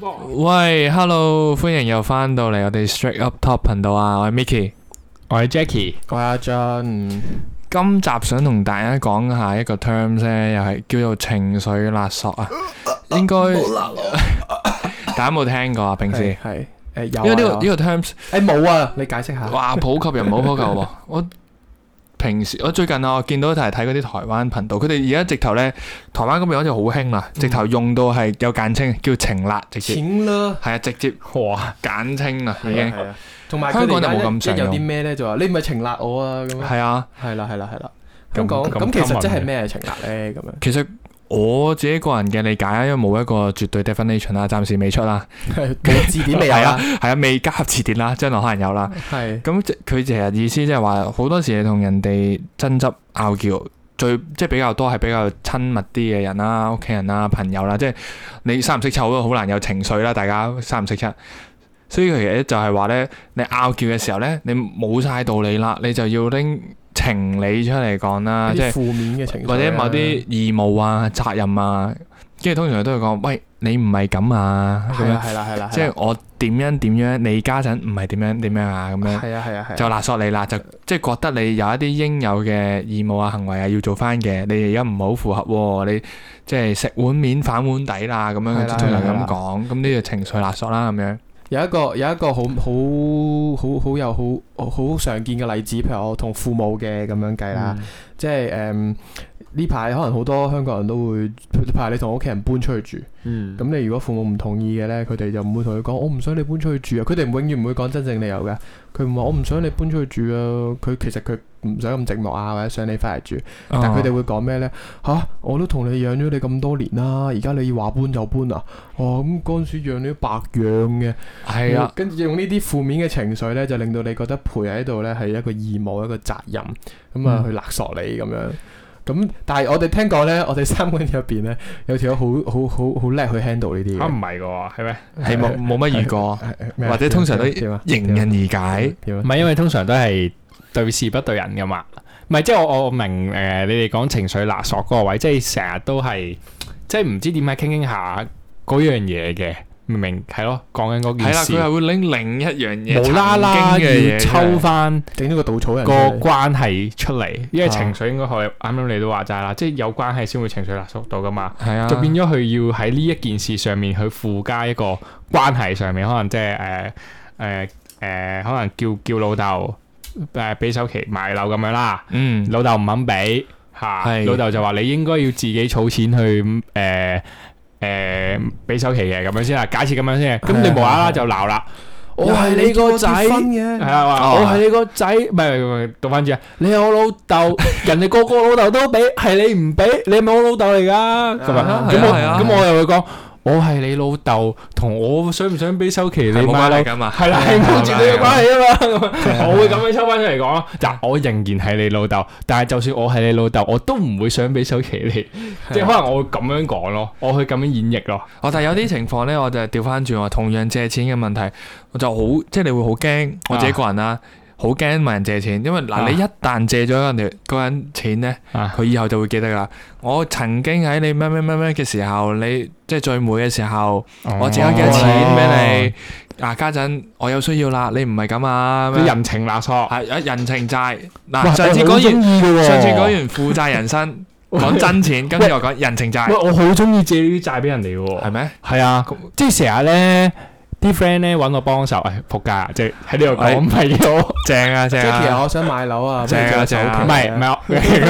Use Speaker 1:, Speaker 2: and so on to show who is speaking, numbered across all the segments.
Speaker 1: 喂，Hello，歡迎又翻到嚟我哋 Straight Up Top à? 頻道啊，我係 Micky。
Speaker 2: 我係 Jackie，
Speaker 3: 我係阿 John，
Speaker 1: 今集想同大家講下一個 terms 咧，又係叫做情緒勒索啊。應該 大家有冇聽過啊？平時
Speaker 3: 係誒
Speaker 1: 因為呢
Speaker 3: 有
Speaker 1: 個
Speaker 3: 啊
Speaker 1: 呢個 terms，
Speaker 3: 有誒冇啊，你解釋下。
Speaker 1: 哇普及又唔好普及喎。我平時我最近啊，我見到係睇嗰啲台灣頻道，佢哋而家直頭咧，台灣嗰邊好似好興啦，直頭用到係有簡稱叫情勒，直接
Speaker 3: 錢啦，
Speaker 1: 係啊，直接
Speaker 2: 哇，
Speaker 1: 簡稱啦已
Speaker 3: 係啊
Speaker 1: 經。
Speaker 3: 係啊，同埋
Speaker 1: 香港就冇
Speaker 3: 佢
Speaker 1: 咁
Speaker 3: 哋而家一
Speaker 1: 常
Speaker 3: 一有
Speaker 1: 用
Speaker 3: 啲咩咧就話你唔係情辣我啊咁樣，
Speaker 1: 係啊。
Speaker 3: 係啦係啦係啦。
Speaker 2: 咁
Speaker 3: 咁講
Speaker 2: 咁
Speaker 3: 咁其
Speaker 2: common
Speaker 3: 實即
Speaker 2: 嘅
Speaker 3: 係咩情辣咧咁樣？
Speaker 1: 其實我自己個人嘅理解啊，因為冇一個絕對 definition 啦，暫時未出啦，
Speaker 3: 冇字典未有
Speaker 1: 係
Speaker 3: 啊？
Speaker 1: 係啊，未加入字典啦，將來可能有啦。
Speaker 3: 係
Speaker 1: 咁即佢其實意思即係話，好多時你同人哋爭執拗撬，最即係比較多係比較親密啲嘅人啦、屋企人啦、朋友啦，即係你三唔識湊都好難有情緒啦，大家三唔識七。所以其實就係話咧，你拗撬嘅時候咧，你冇晒道理啦，你就要拎情理出嚟講啦，即係
Speaker 3: 啲。負面嘅情緒啊，
Speaker 1: 或者某啲義務啊、責任啊，跟住通常都會講：喂，你唔係咁啊，咁
Speaker 3: 係
Speaker 1: 樣
Speaker 3: 啦係啦係啦，
Speaker 1: 即係我點樣點樣，你家陣唔係點樣點樣啊，咁樣
Speaker 3: 係啊係啊係啊，
Speaker 1: 就勒索你啦，就即係覺得你有一啲應有嘅義務啊、行為啊要做翻嘅，你而家唔好符合喎，你即係食碗面反碗底啦，咁樣
Speaker 3: 係
Speaker 1: 通
Speaker 3: 啦
Speaker 1: 常
Speaker 3: 係啦
Speaker 1: 咁講，咁呢個情緒勒索啦，咁樣
Speaker 3: 有一個有一個好好好好有好好常見嘅例子，譬如我同父母嘅咁樣計啦，即係誒呢排可能好多香港人都會，呢排你同屋企人搬出去住，
Speaker 2: 嗯，
Speaker 3: 咁你如果父母唔同意嘅呢，佢哋就唔會同佢講，我唔想你搬出去住啊，佢哋永遠唔會講真正理由嘅，佢唔話我唔想你搬出去住啊，佢其實佢唔想咁寂寞啊，或者想你翻嚟住。但佢
Speaker 1: 哦
Speaker 3: 哋會講咩呢？吓、我都同你養咗你咁多年啦，而家你話搬就搬啊！哦，咁嗰陣時養你都白養嘅，
Speaker 1: 係啊，
Speaker 3: 跟住用呢啲負面嘅情緒呢，就令到你覺得陪喺度呢係一個義務一個責任，咁啊
Speaker 1: 嗯
Speaker 3: 去勒索你咁樣。咁但係我哋聽講呢，我哋三個人入邊呢，有條友好好好好叻去 handle 呢啲
Speaker 2: 啊唔
Speaker 3: 嘢
Speaker 2: 係噶喎，係咩？
Speaker 1: 係冇冇乜遇過，
Speaker 3: 係係 咩啊，
Speaker 1: 或者通常都
Speaker 3: 點啊
Speaker 1: 迎刃而解，
Speaker 3: 點啊
Speaker 2: 唔？係因為通常都係對事不對人噶嘛，唔係即係我我明誒，你哋講情緒勒索嗰個位，即係成日都係即係唔知點解傾傾下嗰樣嘢嘅，明唔明係咯，講緊嗰
Speaker 1: 係
Speaker 2: 件
Speaker 1: 啦，佢
Speaker 2: 事，
Speaker 1: 係會拎另一樣嘢，
Speaker 2: 無啦啦
Speaker 1: 曾經嘅
Speaker 2: 要
Speaker 1: 嘢出嚟
Speaker 2: 抽翻。
Speaker 3: 整咗個稻草人出
Speaker 2: 個
Speaker 3: 嚟
Speaker 2: 關係出嚟，因為
Speaker 3: 啊
Speaker 2: 情緒應該係啱啱你都話齋啦，即係有關係先會情緒勒索到噶嘛。
Speaker 1: 係啊，
Speaker 2: 就變咗佢要喺呢一件事上面去附加一個關係上面，可能即係呃誒誒誒，呃可能叫叫老豆誒俾首期買樓咁樣啦，
Speaker 1: 嗯。
Speaker 2: 老豆唔肯俾嚇，
Speaker 1: 係
Speaker 2: 老豆就話你應該要自己儲錢去誒誒俾首期嘅咁樣先啦，假設咁樣先嘅，咁你
Speaker 3: 係啊
Speaker 2: 無啦
Speaker 3: 係
Speaker 2: 啦
Speaker 3: 啊
Speaker 2: 就鬧啦，
Speaker 3: 我
Speaker 2: 我係
Speaker 3: 係
Speaker 2: 你
Speaker 3: 你
Speaker 2: 個
Speaker 3: 個
Speaker 2: 仔
Speaker 3: 仔
Speaker 2: 係
Speaker 3: 嘅，
Speaker 2: 啊話
Speaker 1: 哦
Speaker 2: 我係你個仔，唔係唔係讀翻轉啊，你係我老豆，人哋個個老豆都俾，係你唔俾，你係咪我老豆嚟㗎？咁啊
Speaker 3: 係。啊
Speaker 2: 咁
Speaker 1: 係啊
Speaker 2: 我
Speaker 1: 係啊
Speaker 2: 咁我又會講，我係你老豆，同我想唔想俾首期你
Speaker 1: 係冇
Speaker 2: 買
Speaker 1: 關
Speaker 2: 樓
Speaker 1: 係㗎嘛
Speaker 2: 係啦，係
Speaker 1: 係
Speaker 2: 冇
Speaker 1: 啊
Speaker 2: 絕對嘅
Speaker 1: 係啊
Speaker 2: 關係啊嘛。 咁我會咁樣抽翻出嚟講咯。嗱，我仍然係你老豆，但係就算我係你老豆，我都唔會想俾首期你，即係可能我會咁樣講咯，我去咁樣演繹咯。
Speaker 1: 啊我但係有啲情況咧，我就係調翻轉話，同樣借錢嘅問題，我就好即係你會好驚，我自己個人啦，好驚問人借錢，因為嗱、
Speaker 2: 啊
Speaker 1: 你一旦借咗人哋嗰人錢咧，
Speaker 2: 啊
Speaker 1: 佢以後就會記得噶啦。我曾經喺你咩咩咩咩嘅時候，你即係聚會嘅時候，
Speaker 2: 哦
Speaker 1: 我借咗幾多錢俾你，啊家陣我有需要啦，你唔係咁啊，
Speaker 2: 哦，
Speaker 1: 咁
Speaker 2: 啲
Speaker 1: 樣
Speaker 2: 人情勒索。
Speaker 1: 係啊人情債嗱，
Speaker 2: 哇
Speaker 1: 上次
Speaker 2: 我
Speaker 1: 講
Speaker 2: 好鍾
Speaker 1: 完，
Speaker 2: 意嘅喎
Speaker 1: 上次講完負債人 生，講真錢，今次又講人情
Speaker 2: 喂，
Speaker 1: 債，
Speaker 2: 我好中意借呢啲債俾人哋嘅喎。
Speaker 1: 係咩？
Speaker 2: 係啊，即係成日咧，啲 friend 咧揾我幫手，誒仆街啊！即係喺呢度
Speaker 1: 哎
Speaker 2: 講，唔係 我。
Speaker 1: 正啊正
Speaker 3: j a c k
Speaker 1: 啊
Speaker 3: i！我想買樓啊，不如
Speaker 1: 正啊
Speaker 3: 借
Speaker 1: 正
Speaker 3: 手
Speaker 1: 啊
Speaker 2: 唔
Speaker 3: 機
Speaker 2: 係唔係，我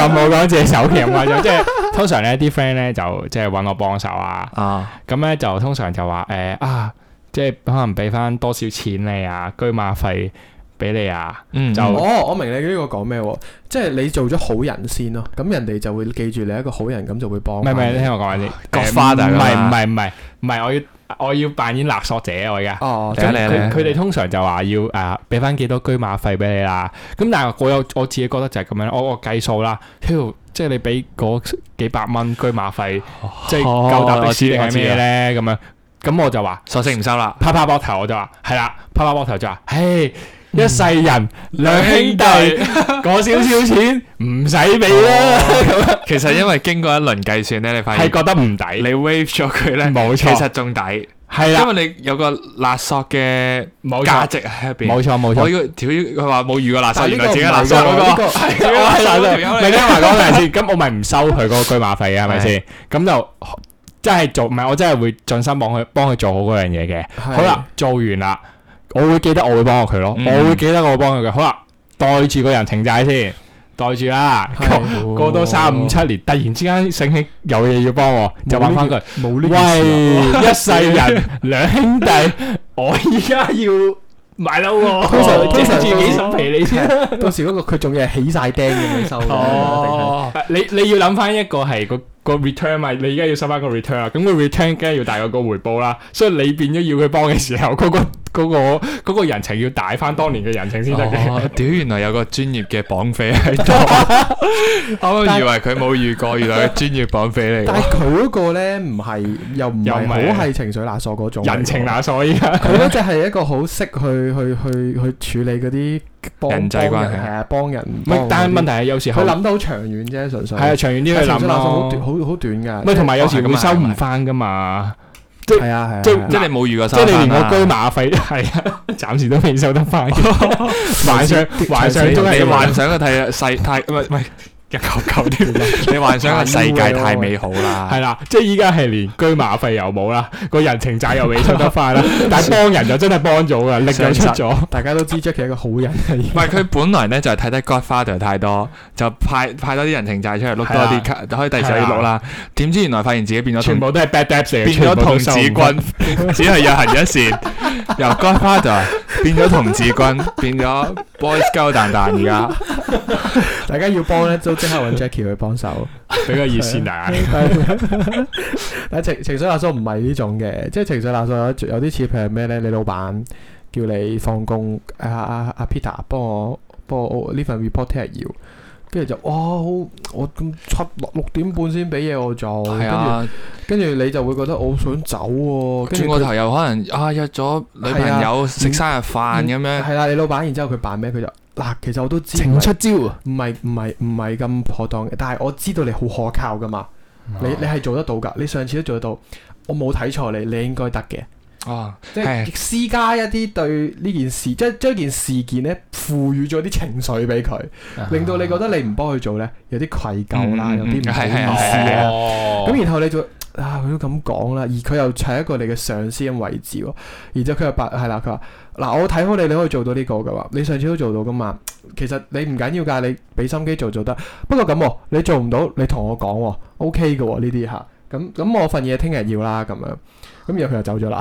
Speaker 2: 我冇講借首期咁就即係通常咧啲 friend 咧就即係揾我幫手啊，
Speaker 1: 啊，
Speaker 2: 咁咧就通常就話誒、啊，即係可能俾翻多少錢你啊，居馬費俾你啊，
Speaker 1: 嗯，
Speaker 2: 就
Speaker 3: 哦，我明你呢個講咩喎？即係你做咗好人先咯，咁人哋就會記住你一個好人，咁就會幫
Speaker 2: 唔
Speaker 3: 返
Speaker 2: 係
Speaker 3: 你。
Speaker 2: 唔哦係，你啊聽我講下先，
Speaker 1: Godfather
Speaker 2: 誒唔係
Speaker 1: 㗎嘛
Speaker 2: 唔係唔係唔係，我要我要扮演勒索者啊我而家。
Speaker 3: 哦，
Speaker 1: 嚟啊
Speaker 2: 咁
Speaker 1: 嚟啊嚟啊
Speaker 2: 佢佢哋通常就話要誒俾翻幾多居馬費俾你啦，咁但係我有我自己覺得就係咁樣，我我計數啦，屌，即係你俾嗰幾百蚊居馬費，即係
Speaker 1: 哦
Speaker 2: 夠搭的
Speaker 1: 我
Speaker 2: 士
Speaker 1: 知啊
Speaker 2: 定係咩咧咁樣？咁我就話
Speaker 1: 索性唔收啦。
Speaker 2: 拍拍膊頭，我就話係啦，拍拍膊頭就話，嘿，一世人兩 兄弟嗰少少錢唔使俾啦，
Speaker 1: 其實因為經過一輪計算咧，你發
Speaker 2: 係
Speaker 1: 現
Speaker 2: 覺得唔抵，
Speaker 1: 你 wave 咗佢咧，
Speaker 2: 冇
Speaker 1: 其
Speaker 2: 錯
Speaker 1: 實仲抵，
Speaker 2: 系啦
Speaker 1: 因，為你有個勒索嘅
Speaker 2: 冇
Speaker 1: 價
Speaker 2: 錯，
Speaker 1: 值喺入邊。
Speaker 2: 冇錯，冇
Speaker 1: 我
Speaker 2: 錯。
Speaker 1: 呢個條佢話冇遇過勒索，
Speaker 2: 但
Speaker 1: 原
Speaker 2: 呢
Speaker 1: 來
Speaker 2: 個
Speaker 1: 自己勒
Speaker 2: 唔係
Speaker 1: 索
Speaker 2: 喎
Speaker 1: 嗰
Speaker 2: 呢
Speaker 1: 個
Speaker 2: 個。
Speaker 1: 係啊
Speaker 2: 係
Speaker 1: 係啊
Speaker 2: 係咪聽埋講嚟先？咁我咪唔收佢嗰個居馬費啊？係咪先？咁就真係做，唔係我真係會盡心幫佢幫佢做好嗰樣嘢嘅。好啦，做完啦，我會記得我會幫過佢咯，
Speaker 1: 嗯
Speaker 2: 我會記得我會幫佢嘅。好啦，袋住個人情債先，袋住啦。
Speaker 3: 係， 哦
Speaker 2: 過到三五七年，突然之間醒起有嘢要幫我，就揾翻佢。
Speaker 3: 冇呢件事啊。
Speaker 2: 喂，一世人兩兄弟，我依家要買樓
Speaker 3: 通常
Speaker 2: 喎，
Speaker 3: 通
Speaker 2: 整
Speaker 3: 常
Speaker 2: 住幾十皮你先。
Speaker 3: 到時嗰個佢仲要係起晒釘嘅， 你收嘅。啊
Speaker 2: 哦你你要諗翻一個係個個 return 嘛，你而家要收翻個 return 啦，咁個 return 梗係要大過個回報啦，所以你變咗要佢幫嘅時候，嗰、個嗰、個嗰、個人情要大翻當年嘅人情先得嘅。
Speaker 1: 哦屌！原來有個專業嘅綁匪喺 度，我以為佢冇遇過，原來佢專業綁匪嚟
Speaker 3: 但
Speaker 1: 嘅。
Speaker 3: 係佢嗰個咧唔係，又唔
Speaker 2: 又
Speaker 3: 係
Speaker 2: 唔
Speaker 3: 好
Speaker 2: 係
Speaker 3: 係情緒勒索嗰種。
Speaker 2: 人情。勒索依家
Speaker 3: 佢咧就係一個好識去去去去處理嗰啲幫
Speaker 1: 人際關係
Speaker 3: 係啊，幫人。
Speaker 2: 唔係，但係問
Speaker 3: 題
Speaker 2: 題係有時候
Speaker 3: 佢
Speaker 2: 係
Speaker 3: 諗得好長遠啫，純粹。
Speaker 2: 啊，長遠啲
Speaker 3: 但係
Speaker 2: 去
Speaker 3: 情緒
Speaker 2: 諗
Speaker 3: 勒索好短，
Speaker 2: 咯。
Speaker 3: 好好短㗎。哦
Speaker 2: 唔係同埋有時會收
Speaker 1: 係咪
Speaker 2: 唔翻噶嘛，
Speaker 3: 係啊係啊。
Speaker 2: 即
Speaker 3: 係啊
Speaker 1: 即係你冇遇過
Speaker 2: 即
Speaker 1: 收
Speaker 2: 係你
Speaker 1: 翻
Speaker 2: 連個
Speaker 1: 啦
Speaker 2: 居馬費係啊， 暫時都未收得翻。幻 想幻想中
Speaker 1: 你
Speaker 2: 係啊
Speaker 1: 幻想嘅睇世太唔係唔係一嚿嚿
Speaker 3: 啊
Speaker 1: 添，你幻想嘅世界太美好啦
Speaker 2: 系。啦，即系依家系連居馬費又冇啦，個人情債又未出得 快啦，但系幫人就真係幫咗噶，力又出咗，
Speaker 3: 大家都知 Jack 係一個好人嚟。
Speaker 1: 唔係佢本來咧就係睇得 Godfather 太多，就派派多啲人情債出嚟碌多啲卡，可以第時可以碌啦。點知原來發現自己變咗
Speaker 2: 啊全
Speaker 1: 同
Speaker 2: 部都係 bad debts 嚟嘅，
Speaker 1: 變
Speaker 2: 全
Speaker 1: 咗
Speaker 2: 部都
Speaker 1: 童
Speaker 2: 收
Speaker 1: 子
Speaker 2: 唔翻。
Speaker 1: 軍， 只係有行一線，由 Godfather 變咗童子軍，變咗 Boys Girl 蛋蛋而家。
Speaker 3: 大家要幫咧，都即刻揾 Jackie 去幫手。
Speaker 2: 俾個熱線啊 大家，
Speaker 3: 但係情情緒勒索唔係呢種嘅，即係情緒勒索有有啲似譬如咩咧？你老闆叫你放工，啊啊啊 Peter 幫我幫我呢份 report 聽日要，跟住就哇好我咁七六六點半先俾嘢我做，
Speaker 2: 哦
Speaker 1: 係啊，
Speaker 3: 跟住跟住你就會覺得我想走喎、跟
Speaker 1: 轉
Speaker 3: 住
Speaker 1: 個
Speaker 3: 佢
Speaker 1: 頭又可能啊約咗女朋
Speaker 2: 啊
Speaker 1: 友食生日
Speaker 2: 嗯
Speaker 1: 飯咁樣。
Speaker 3: 係啦，你老闆然之後佢扮咩？佢就嗱，其實我都知唔係
Speaker 2: 招，
Speaker 3: 唔係唔係唔係咁妥當嘅，但係我知道你好可靠噶嘛，你
Speaker 1: 啊
Speaker 3: 你係做得到㗎，你上次都做得到，我冇睇錯你，你應該得嘅。
Speaker 2: 嗯
Speaker 1: 啊，
Speaker 3: 即係施加一啲對呢件事，即係將件事件咧賦予咗啲情緒俾佢，令到你覺得你唔幫佢做咧，有啲愧疚啦，
Speaker 1: 啊嗯嗯嗯
Speaker 3: 有啲唔好意
Speaker 1: 係
Speaker 3: 思
Speaker 1: 係
Speaker 3: 啊。
Speaker 2: 咁
Speaker 3: 咁然後你就啊，佢都咁講啦，而佢又係一個你嘅上司咁位置喎，然之後佢又白係啦，佢話嗱，我睇好你，你可以做到呢個噶嘛，你上次都做到噶嘛，其實你唔緊要㗎，你俾心機做就得。不過咁喎，你做唔到，你同我講喎，OK 嘅喎呢啲嚇，咁咁我份嘢聽日要啦咁樣，咁然後佢就走咗啦。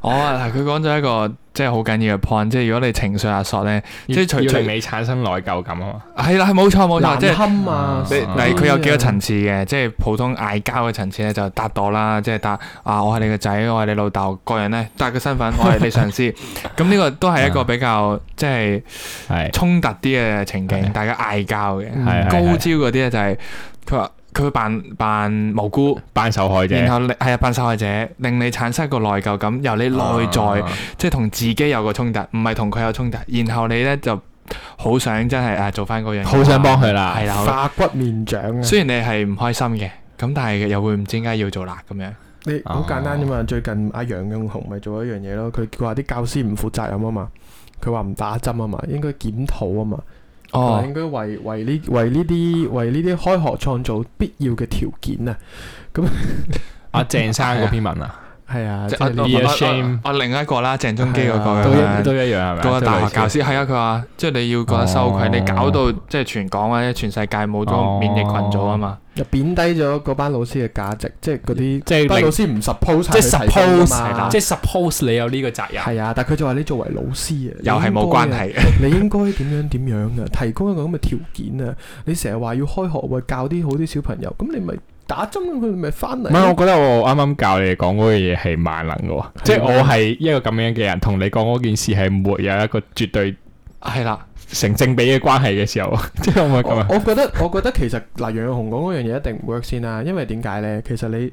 Speaker 1: 我啊，嗱佢講咗一個即係好緊要嘅 point，即係如果你情緒勒索咧，即係除
Speaker 2: 要
Speaker 1: 除
Speaker 2: 令你產生內疚感啊嘛。
Speaker 1: 係啦，係冇錯冇錯，
Speaker 3: 難
Speaker 1: 哦即係嗯
Speaker 3: 堪啊！
Speaker 1: 你
Speaker 2: 你
Speaker 1: 嗱佢有幾個層次嘅，即係普通嗌交嘅層次咧就搭到啦，即係搭啊我係你個仔，我係你老豆，各樣咧，但係個身份我係你 上司，咁呢個都係一個比較即係
Speaker 2: 係
Speaker 1: 衝突啲嘅情景，
Speaker 2: 係嗯
Speaker 1: 大家嗌交嘅，
Speaker 2: 係係
Speaker 1: 高
Speaker 2: 係
Speaker 1: 招嗰啲咧就係佢話佢會扮扮無辜，
Speaker 2: 扮受害者，
Speaker 1: 然後你係啊扮受害者，令你產生一個內疚感，由你內在。
Speaker 2: 啊
Speaker 1: 即係同自己有個衝突，唔係同佢有衝突。然後你咧就好想真係啊做翻嗰樣嘢，
Speaker 2: 好想幫佢啦
Speaker 1: 係啦。好啦
Speaker 3: 化骨面掌啊！
Speaker 1: 雖然你係唔開心嘅，咁但係又會唔知點解要做啦咁樣。
Speaker 3: 你好簡單啫嘛。最近阿楊潤雄咪做咗一樣嘢咯，佢佢話啲教師唔負責任啊嘛，佢話唔打針啊嘛，應該檢討啊嘛，佢話
Speaker 1: 哦
Speaker 3: 應，該為為呢為呢啲為呢啲開學創造必要嘅條件啊。
Speaker 2: 阿鄭生嗰篇文啊，
Speaker 3: 係啊，即
Speaker 1: 即
Speaker 3: 係
Speaker 1: 係我
Speaker 3: 呢
Speaker 2: be
Speaker 1: 我
Speaker 2: ashamed
Speaker 1: 我我另一個啦，鄭中基嗰個
Speaker 3: 係啊
Speaker 2: 都
Speaker 1: 咁
Speaker 2: 一
Speaker 1: 樣
Speaker 2: 都一樣係咪？
Speaker 1: 嗰個大學教
Speaker 2: 師
Speaker 1: 師係啊，佢話即係你要覺得羞愧，
Speaker 2: 哦
Speaker 1: 你搞到即係全港或者全世界冇咗免疫群組啊嘛。
Speaker 3: 就貶低咗嗰班老師嘅價值，即係嗰啲
Speaker 2: 即係
Speaker 3: 班老
Speaker 2: 令
Speaker 3: 師唔 suppose
Speaker 2: 即係
Speaker 3: 係提供㗎
Speaker 2: suppose
Speaker 1: 係啦
Speaker 3: 嘛
Speaker 2: 即。係 suppose 你有呢個責任。
Speaker 3: 係啊，但係佢就話你作為老師啊，
Speaker 1: 又係冇關
Speaker 3: 係。
Speaker 1: 係，
Speaker 3: 你應該點樣點樣啊？提供一個咁嘅條件啊！你成日話要開學喎，教啲好啲小朋友，咁你咪打針咯，佢咪翻嚟
Speaker 2: 唔係，我
Speaker 3: 咯。
Speaker 2: 覺得我啱啱教你哋講嗰樣嘢係萬能嘅喎，即係我係一個咁樣嘅人，同你講嗰件事係沒有一個絕對
Speaker 1: 係啦，
Speaker 2: 成正比嘅關係嘅 時候，即係我咪咁
Speaker 3: 我
Speaker 2: 啊，
Speaker 3: 我覺得我覺得其實嗱，楊紅講嗰樣嘢一定唔 work 先啦，因為點解呢？其實你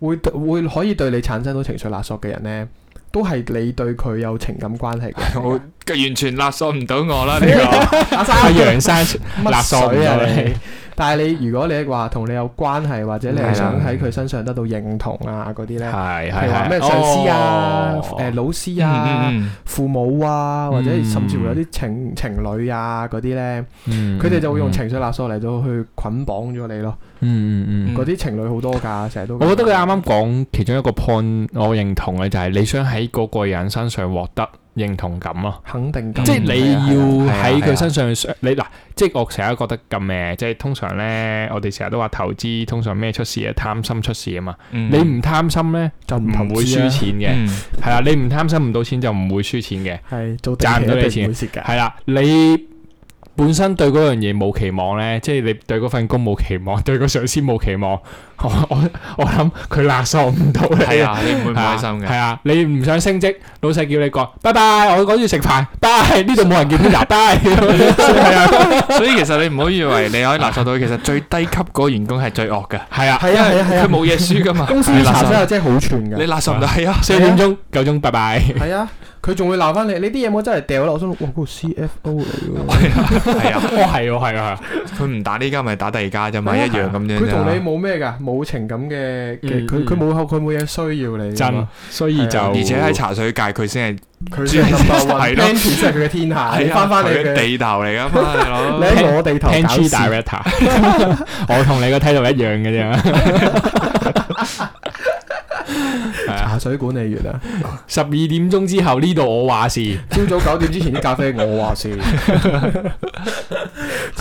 Speaker 3: 會會可以對你產生到情緒勒索嘅人呢，都係你對佢有情感關 係嘅。
Speaker 1: 我完全勒索唔到我啦呢個。
Speaker 3: 阿生
Speaker 2: 阿楊生勒索
Speaker 3: 乜
Speaker 2: 唔
Speaker 3: 水
Speaker 2: 到
Speaker 3: 啊
Speaker 2: 你
Speaker 3: 你，但係你如果你話同你有關係，或者你係想喺佢身上得到認同啊嗰啲咧，
Speaker 2: 係
Speaker 3: 譬
Speaker 2: 係
Speaker 3: 如話
Speaker 2: 係
Speaker 3: 咩上司啊、
Speaker 2: 哦
Speaker 3: 誒老師啊、
Speaker 1: 嗯嗯
Speaker 3: 父母啊，或者
Speaker 2: 嗯
Speaker 3: 甚至乎有啲情情侶啊嗰啲咧，
Speaker 2: 嗯
Speaker 3: 佢哋就會用
Speaker 2: 嗯
Speaker 3: 情緒勒索嚟到去捆綁咗你咯。
Speaker 2: 嗯嗯嗯
Speaker 3: 嗰啲情侶好多㗎，成日都咁。
Speaker 2: 我覺得佢啱啱講其中一個 point，我認同嘅就係你想喺嗰個人身上獲得認同感咯，
Speaker 3: 肯定感，
Speaker 2: 即係你要喺
Speaker 1: 係啊係啊
Speaker 2: 佢身上想你嗱，即係我成日覺得咁嘅，即係通常咧，我哋成日都話投資通常咩出事啊，貪心出事啊嘛，
Speaker 1: 嗯
Speaker 2: 你唔貪心咧
Speaker 3: 就唔
Speaker 2: 唔
Speaker 3: 投
Speaker 2: 會
Speaker 3: 資
Speaker 2: 輸
Speaker 3: 啊
Speaker 2: 錢嘅，
Speaker 1: 嗯
Speaker 2: 係啦，你唔貪心唔到錢就唔會輸錢嘅，
Speaker 3: 係做定
Speaker 2: 賺唔到
Speaker 3: 期
Speaker 2: 你
Speaker 3: 一定
Speaker 2: 錢
Speaker 3: 唔會蝕㗎。
Speaker 2: 係啊啦，你。本身對嗰樣嘢冇期望咧，即係你對嗰份工冇期望， 對個上司冇期望，我我我諗佢勒索唔到你
Speaker 1: 係啊，你唔會唔開心
Speaker 2: 系
Speaker 1: 嘅。
Speaker 2: 啊，你唔想升職，老細叫你講拜拜，我趕住食飯，拜呢度冇人叫 Peter，拜係啊，
Speaker 1: 所以其實你唔好以為你可以勒索到佢，其實最低級嗰個員工係最惡嘅，
Speaker 2: 係啊，
Speaker 3: 係啊係啊係
Speaker 1: 佢
Speaker 3: 啊，
Speaker 1: 冇嘢輸噶嘛。
Speaker 3: 公司
Speaker 1: 你勒
Speaker 3: 查
Speaker 1: 索
Speaker 3: 真係真係好串㗎
Speaker 1: 你。勒索唔到係啊，
Speaker 2: 四點鐘夠鐘拜拜，
Speaker 3: 係啊，佢仲會鬧翻你，你啲嘢冇真係掉啦！我心諗，哇，嗰個 CFO 嚟喎，
Speaker 1: 係啊，
Speaker 2: 哦係喎係啊，
Speaker 1: 佢唔打呢家咪打第二家啫嘛，
Speaker 3: 係啊
Speaker 1: 一樣咁樣啫。
Speaker 3: 佢同你冇咩㗎，冇情感嘅嘅，
Speaker 2: 嗯
Speaker 3: 佢
Speaker 2: 嗯
Speaker 3: 佢冇佢冇嘢需要你㗎
Speaker 2: 真
Speaker 3: 嘛，，
Speaker 2: 所以就
Speaker 1: 而且喺茶水界佢先係
Speaker 3: 佢先係 number one，
Speaker 1: 係咯
Speaker 3: plan 先係佢嘅天下，你
Speaker 1: 係啊
Speaker 3: 翻翻你
Speaker 1: 佢嘅
Speaker 3: 嘅，
Speaker 1: 地頭嚟噶嘛，大佬
Speaker 3: 你。喺我地頭
Speaker 2: Pan
Speaker 3: 搞
Speaker 2: G
Speaker 3: 事，
Speaker 2: Director，我 同你個態度一樣嘅啫，係啊，
Speaker 3: 茶水管理員啊，
Speaker 2: 十二點鐘之後呢度我話事，
Speaker 3: 朝早九點之前啲咖啡我話 事。
Speaker 2: 啊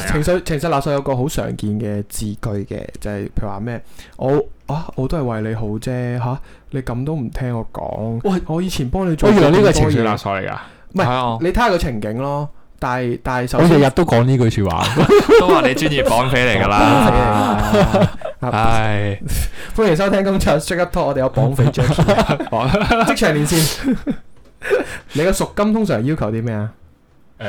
Speaker 3: 情緒情緒勒索有個好常見嘅字句嘅，就係、譬如話咩，我啊我都係為你好啫吓，你咁都唔聽我講
Speaker 2: 哇，
Speaker 3: 我以前幫你做
Speaker 2: 我
Speaker 3: 咗
Speaker 2: 原來呢個係
Speaker 3: 咁多
Speaker 2: 情緒
Speaker 3: 嘢
Speaker 2: 勒索嚟㗎，
Speaker 3: 唔係
Speaker 1: 係啊，
Speaker 3: 你睇下個情景咯。但係但係首
Speaker 2: 我日
Speaker 3: 先
Speaker 2: 日都講呢句説話，
Speaker 1: 都話你專業綁匪嚟㗎啦。
Speaker 3: 綁匪嚟㗎啊
Speaker 1: 唉，
Speaker 3: 歡迎收聽今集 Straight Up Talk，我哋有綁匪 Jack，職
Speaker 2: 哦
Speaker 3: 場連線。你個贖金通常要求啲咩啊？
Speaker 2: 誒，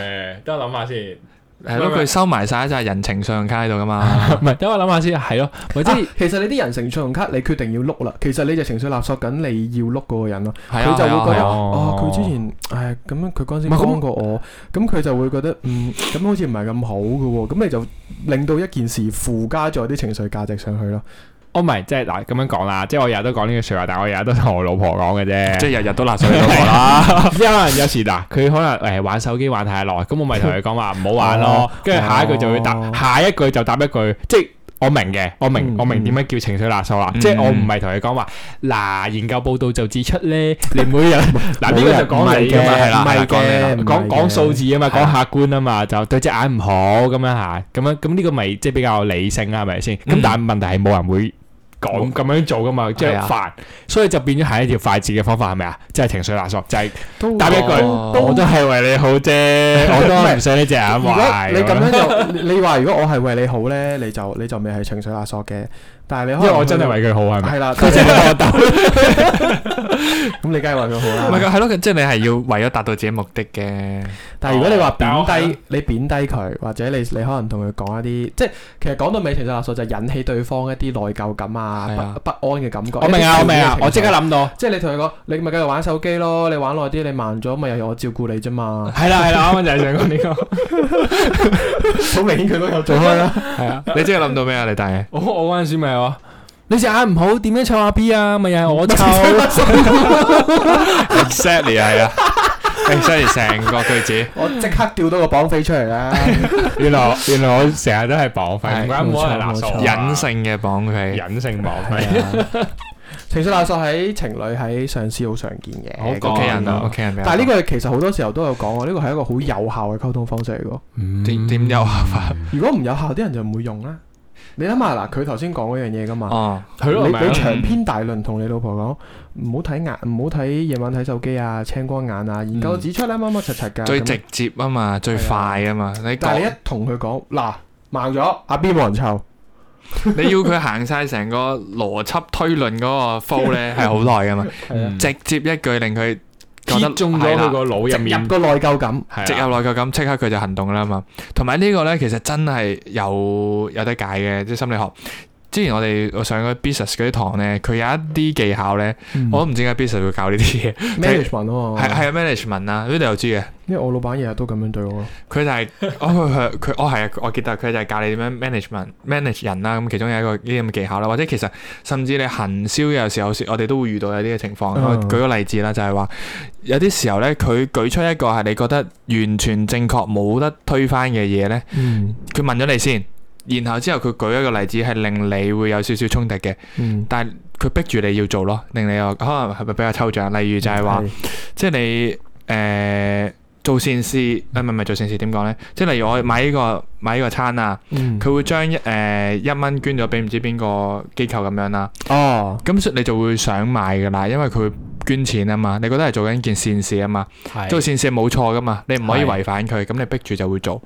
Speaker 2: 等我諗下先。
Speaker 1: 係咯，佢收埋晒就係人情上卡喺度噶嘛。
Speaker 2: 唔係，等我諗下先，係咯，或者
Speaker 3: 啊其實你啲人情信用卡你決定要碌啦，其實你就情緒勒索緊你要碌嗰個人咯。
Speaker 1: 係啊，
Speaker 3: 佢就會覺
Speaker 1: 係
Speaker 3: 得
Speaker 1: 啊
Speaker 3: 哦，佢之前唉咁樣，佢嗰陣時
Speaker 2: 唔係咁
Speaker 3: 幫過我，咁佢就會覺得嗯咁好似唔係咁好嘅喎，咁你就令到一件事附加咗啲情緒價值上去咯。
Speaker 2: 哦我唔係即係嗱咁樣講啦，即係我日日都講呢句説話，但係我日日都同我老婆講嘅啫。
Speaker 1: 即係日日都勒索你老婆 啦。
Speaker 2: 因為有時嗱，佢可能誒玩手機玩太耐，咁我咪同佢講話唔好玩咯
Speaker 3: 哦。
Speaker 2: 跟住下一句就會答
Speaker 3: 哦，
Speaker 2: 下一句就答一句，即係。我明嘅，我明，
Speaker 3: 嗯
Speaker 2: 我明點樣叫情緒勒索啦，
Speaker 1: 嗯
Speaker 2: 即係我唔係同佢講話，嗱研究報道就指出咧，你每日嗱 呢個就講你㗎嘛，
Speaker 1: 唔係嘅
Speaker 2: 係啦，
Speaker 1: 唔係
Speaker 2: 係啦
Speaker 1: 嘅
Speaker 2: 講你啦
Speaker 3: 唔係嘅
Speaker 2: 講講數字啊嘛，
Speaker 1: 係
Speaker 2: 講
Speaker 1: 啦
Speaker 2: 客觀啊嘛，就對隻眼唔好咁樣嚇，咁樣咁呢個咪即係比較理性啦，係咪先？咁
Speaker 1: 嗯
Speaker 2: 但係問題係冇人會講咁樣做噶嘛，即係
Speaker 1: 係啊
Speaker 2: 煩，所以就變咗係一條快捷嘅方法係咪啊？即係情緒勒索，就係
Speaker 3: 都
Speaker 2: 答一句，
Speaker 1: 哦
Speaker 2: 我都係為你好 啫，我都唔想你隻眼
Speaker 3: 如果
Speaker 2: 壞。
Speaker 3: 你咁樣就你話如果我係為你好咧，你就你就未係情緒勒索嘅，但係你
Speaker 2: 因
Speaker 3: 可能
Speaker 2: 為我真係為佢好係咪？
Speaker 3: 係啦，
Speaker 2: 佢真係我鬥，
Speaker 3: 咁你梗係為佢好
Speaker 1: 唔係
Speaker 3: 啦。
Speaker 1: 㗎，係咯，即係你係要為咗達到自己目的 嘅。
Speaker 3: 但係如果你話
Speaker 2: 哦但我
Speaker 3: 貶低你貶低佢，或者你你可能同佢講一啲，即係其實講到尾情緒勒索就係引起對方一啲內疚感
Speaker 1: 係啊
Speaker 3: 啊、不不安嘅感覺。
Speaker 2: 我明啊，我明啊
Speaker 3: 一啲負面嘅，情緒
Speaker 2: 我即刻諗到，
Speaker 3: 即係你同佢講，你咪繼續玩手機咯，你玩耐啲，你慢咗咪又係我照顧你啫 嘛。
Speaker 2: 係啦係啦，啱啱就係想講呢個，
Speaker 3: 好明顯佢都有做開啦。
Speaker 2: 係啊。
Speaker 1: 你即係諗到咩啊？你但係
Speaker 2: 我我嗰陣時咪話，你隻眼唔好，點樣湊阿 B 啊？咪又係 我湊。
Speaker 1: exactly 係 啊，exactly 成個句子。
Speaker 3: 我即刻調到個綁匪出嚟啦。
Speaker 2: 原來原來我成日都係
Speaker 1: 係
Speaker 2: 綁匪，唔怪得冇人啊勒索我啊，
Speaker 1: 隱性嘅綁佢，
Speaker 2: 隱性綁匪。
Speaker 3: 啊情緒勒索喺情侶喺上司好常見嘅，
Speaker 2: 好講
Speaker 1: 屋企人
Speaker 2: 啊
Speaker 1: 啊，屋企人比較多。
Speaker 3: 但係呢個其實好多時候都有講喎，呢個係一個好有效嘅溝通方式嚟㗎。
Speaker 2: 嗯
Speaker 1: 點點有辦法？
Speaker 3: 如果唔有效，啲人就唔會用啦。你諗下嗱，佢頭先講嗰樣嘢㗎嘛，
Speaker 1: 哦，
Speaker 2: 係
Speaker 3: 你
Speaker 2: 咯，咪啊
Speaker 3: 你
Speaker 2: 係咯
Speaker 3: 長篇大論同你老婆講，唔好睇眼，唔好睇夜晚睇手機啊，青光眼啊，研究指出啦，乜乜柒柒㗎。
Speaker 1: 最
Speaker 3: 咁
Speaker 1: 直接啊嘛，最快啊嘛。你
Speaker 3: 但係你一
Speaker 1: 講
Speaker 3: 同佢講嗱，盲咗阿 B 冇人湊，
Speaker 1: 你要佢行晒成個邏輯推論嗰個 flow 咧， 係好耐噶嘛。
Speaker 2: 嗯
Speaker 1: 直接一句令佢覺得
Speaker 2: 揭中咗佢個腦入
Speaker 3: 直入
Speaker 2: 面，
Speaker 3: 個內疚感，
Speaker 2: 係啊
Speaker 1: 直入內疚感，即刻佢就行動啦嘛。同埋呢個呢，其實真係有有得解嘅，即係心理學。之前我哋我上嗰啲 business 嗰啲堂咧，佢有一啲技巧咧，我都唔知點解 business 會教呢啲嘢，
Speaker 3: management 啊嘛，
Speaker 1: 係係啊 management 啊，呢度又知嘅。
Speaker 3: 因為我老闆日日都咁樣對我咯，
Speaker 1: 佢就係、哦佢佢佢哦係啊，我記得佢就係教你點樣 management manage 人啦，咁其中有一個呢啲咁嘅技巧啦，或者其實甚至你行銷有時候我哋都會遇到有啲嘅情況。
Speaker 3: 嗯
Speaker 1: 我舉個例子啦，就係話有啲時候咧，佢舉出一個係你覺得完全正確冇得推翻嘅嘢咧，
Speaker 3: 嗯
Speaker 1: 佢問咗你先，然後之後佢舉一個例子係令你會有少少衝突嘅，
Speaker 3: 嗯，
Speaker 1: 但係佢逼住你要做咯，令你又可能係咪比較抽象？例如就係話。即係你誒、呃做善事，啊唔係唔係做善事點講咧？即係例如我買呢、個買呢個餐啊，
Speaker 3: 嗯，
Speaker 1: 佢會將一誒、呃一蚊捐咗俾唔知邊個機構咁樣啦，
Speaker 3: 哦，
Speaker 1: 咁所以你就會想買㗎啦，因為佢會捐錢啊嘛，你覺得係做緊件善事啊嘛，
Speaker 2: 係
Speaker 1: 做善事係冇錯㗎嘛，你唔可以
Speaker 2: 係
Speaker 1: 違反佢，咁你逼住就會做。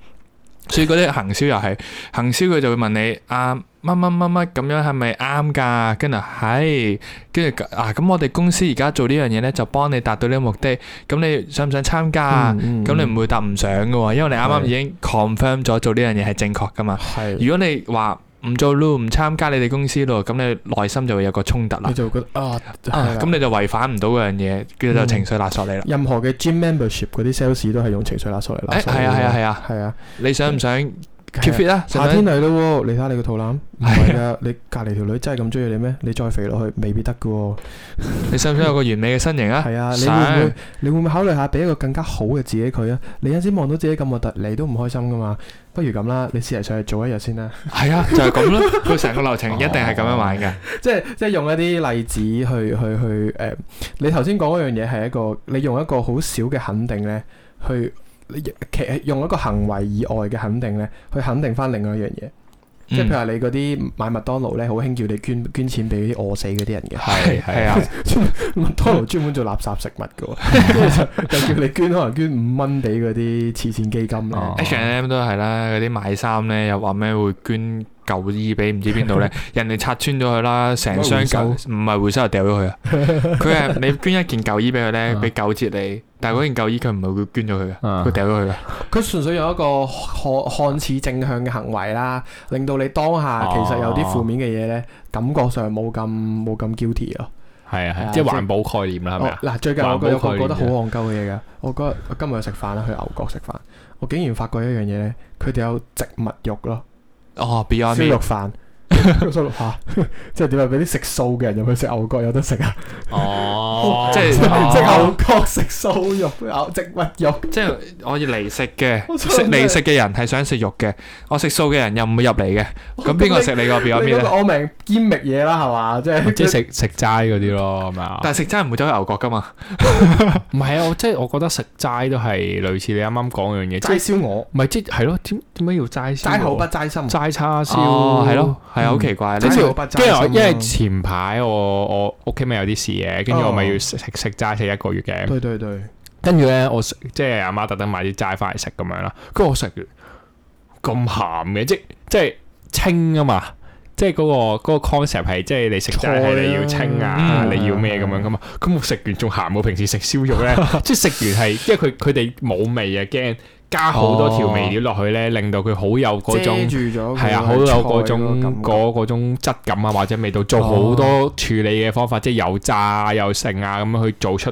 Speaker 1: 所以嗰啲行銷又係行銷，佢就會問你啊乜乜乜乜咁樣係咪啱㗎？跟住係，跟住啊咁我哋公司而家做呢樣嘢咧，就幫你達到呢個目的。咁你想唔想參加啊？
Speaker 3: 嗯，
Speaker 1: 咁、你唔會答唔想嘅喎，因為你啱啱
Speaker 3: 係
Speaker 1: 已經 confirm 咗做呢樣嘢係正確㗎嘛。
Speaker 3: 係，
Speaker 1: 如果你話唔做咯，唔參加你哋公司咯，咁你內心就會有個衝突啦
Speaker 3: 你。就會覺得啊，
Speaker 1: 啊咁、
Speaker 3: 咁
Speaker 1: 你就違反唔到嗰樣嘢，佢就
Speaker 3: 嗯
Speaker 1: 情緒勒索你啦。
Speaker 3: 任何嘅 gym membership 嗰啲 sales 都係用情緒勒索嚟勒
Speaker 1: 誒
Speaker 3: 索，
Speaker 1: 係啊係啊係啊，
Speaker 3: 係啊，
Speaker 1: 你想唔想
Speaker 3: 係
Speaker 1: keep
Speaker 3: 啊
Speaker 1: fit 啊？想唔
Speaker 3: 夏天
Speaker 1: 想
Speaker 3: 嚟咯喎，你睇下你個肚 腩，唔係㗎，你隔離條女真係咁中意你咩？你再肥落去未必得㗎喎。
Speaker 1: 你想唔想有個完美嘅身形啊？
Speaker 3: 係啊，你
Speaker 1: 想
Speaker 3: 會唔會你會唔會考慮下俾一個更加好嘅自己佢啊？你有陣時望到自己咁核突，你都唔開心噶嘛。不如咁啦，你試嚟上去做一日先啦。
Speaker 1: 係啊，就係 咁咯。佢成個流程一定係咁樣玩嘅。
Speaker 3: 即係即係用一啲例子去去去誒、呃你頭先講嗰樣嘢係一個，你用一個好少嘅肯定咧，去你其用一個行為以外嘅肯定咧，去肯定翻另外一樣嘢。
Speaker 1: 嗯
Speaker 3: 即係譬如話你嗰啲買麥當勞咧，好興叫你捐捐錢俾啲餓死嗰啲人嘅。
Speaker 2: 係
Speaker 1: 係
Speaker 2: 係
Speaker 1: 啊
Speaker 2: 啊，，
Speaker 3: 麥當勞專門做垃圾食物嘅喎，就叫你捐可能捐五蚊俾嗰啲慈善基金啦
Speaker 2: 哦。
Speaker 1: H&M 都係啦，嗰啲買衫咧又話咩會捐舊衣俾唔知邊度 咧，人哋拆穿咗佢啦，成箱舊
Speaker 3: 唔
Speaker 1: 唔係回收就掉咗佢 啊！佢係你捐一件舊衣俾佢咧，
Speaker 2: 啊
Speaker 1: 俾九折你，但係嗰件舊衣佢唔係會捐咗佢嘅，
Speaker 2: 啊
Speaker 1: 佢掉咗佢嘅。
Speaker 3: 佢純粹有一個看看似正向嘅行為啦，令到你當下
Speaker 2: 哦
Speaker 3: 其實有啲負面嘅嘢咧，感覺上冇咁冇咁 guilty 咯。
Speaker 2: 係啊
Speaker 3: 係啊
Speaker 2: 係，即係
Speaker 3: 即係
Speaker 2: 環保概念啦，係咪
Speaker 3: 哦
Speaker 2: 啊？
Speaker 3: 嗱，最近我
Speaker 2: 環保
Speaker 3: 有個
Speaker 2: 概
Speaker 3: 覺
Speaker 2: 念
Speaker 3: 得好
Speaker 2: 啫
Speaker 3: 戇鳩嘅嘢㗎，我嗰日我今日去食飯啦，去牛角食飯，我竟然發覺一樣嘢咧，佢哋有植物肉咯，
Speaker 1: 哦，Beyond
Speaker 3: 燒
Speaker 1: Meat
Speaker 3: 肉飯。 我心諗嚇，即係點啊？俾啲食素嘅人入去食牛角有得食 啊？
Speaker 2: 哦
Speaker 1: 即係
Speaker 3: 即
Speaker 1: 哦
Speaker 3: 係牛角食素肉、牛植物肉。
Speaker 1: 即係我要嚟食嘅，
Speaker 3: 我想
Speaker 1: 食
Speaker 3: 問
Speaker 1: 嚟食嘅人係想食肉嘅，我食素嘅人又唔會入嚟嘅。咁邊個食你個 Beyond
Speaker 3: 你嗰
Speaker 1: Meat
Speaker 3: 個
Speaker 1: 咧？
Speaker 3: 我明堅密嘢啦，係嘛？即係
Speaker 2: 即係食食齋嗰啲咯，係咪啊？
Speaker 1: 但係食真係唔會走去牛角噶嘛？
Speaker 2: 唔係啊，我即係我覺得食齋都係類似你啱啱講嗰樣嘢，即
Speaker 3: 齋
Speaker 2: 係
Speaker 3: 燒鵝，
Speaker 2: 唔係即係係咯？點點解要齋燒
Speaker 3: 齋口不
Speaker 2: 喎
Speaker 3: 齋心。
Speaker 2: 齋叉燒
Speaker 1: 哦，係咯，係啊好奇怪。你
Speaker 3: 齋
Speaker 1: 知
Speaker 3: 口不
Speaker 2: 跟住
Speaker 3: 齋
Speaker 2: 我，
Speaker 3: 心。
Speaker 2: 因為前排我我屋企咪有啲事嘅，跟住我咪
Speaker 3: 哦
Speaker 2: 要食食食齋食一個月嘅，
Speaker 3: 對對對，
Speaker 2: 跟住咧我食即係阿媽特登買啲齋翻嚟食咁樣啦，跟住我食完咁鹹嘅，即即係清啊嘛，即係嗰個嗰個 concept 係即係你食齋係你要清啊，
Speaker 1: 嗯
Speaker 2: 你要咩咁樣噶嘛，咁我食完仲鹹過平時食燒肉咧，即係食完係因為佢佢哋冇味啊，驚加好多調味料落去咧，令到佢好有嗰種
Speaker 3: 遮。住咗
Speaker 2: 係啊，
Speaker 3: 佢
Speaker 2: 好有
Speaker 3: 菜
Speaker 2: 嗰種
Speaker 3: 感覺。哦
Speaker 2: 嗰嗰種質感啊，或者味道，做好多處理嘅方法，即係又炸又剩啊，咁樣去做出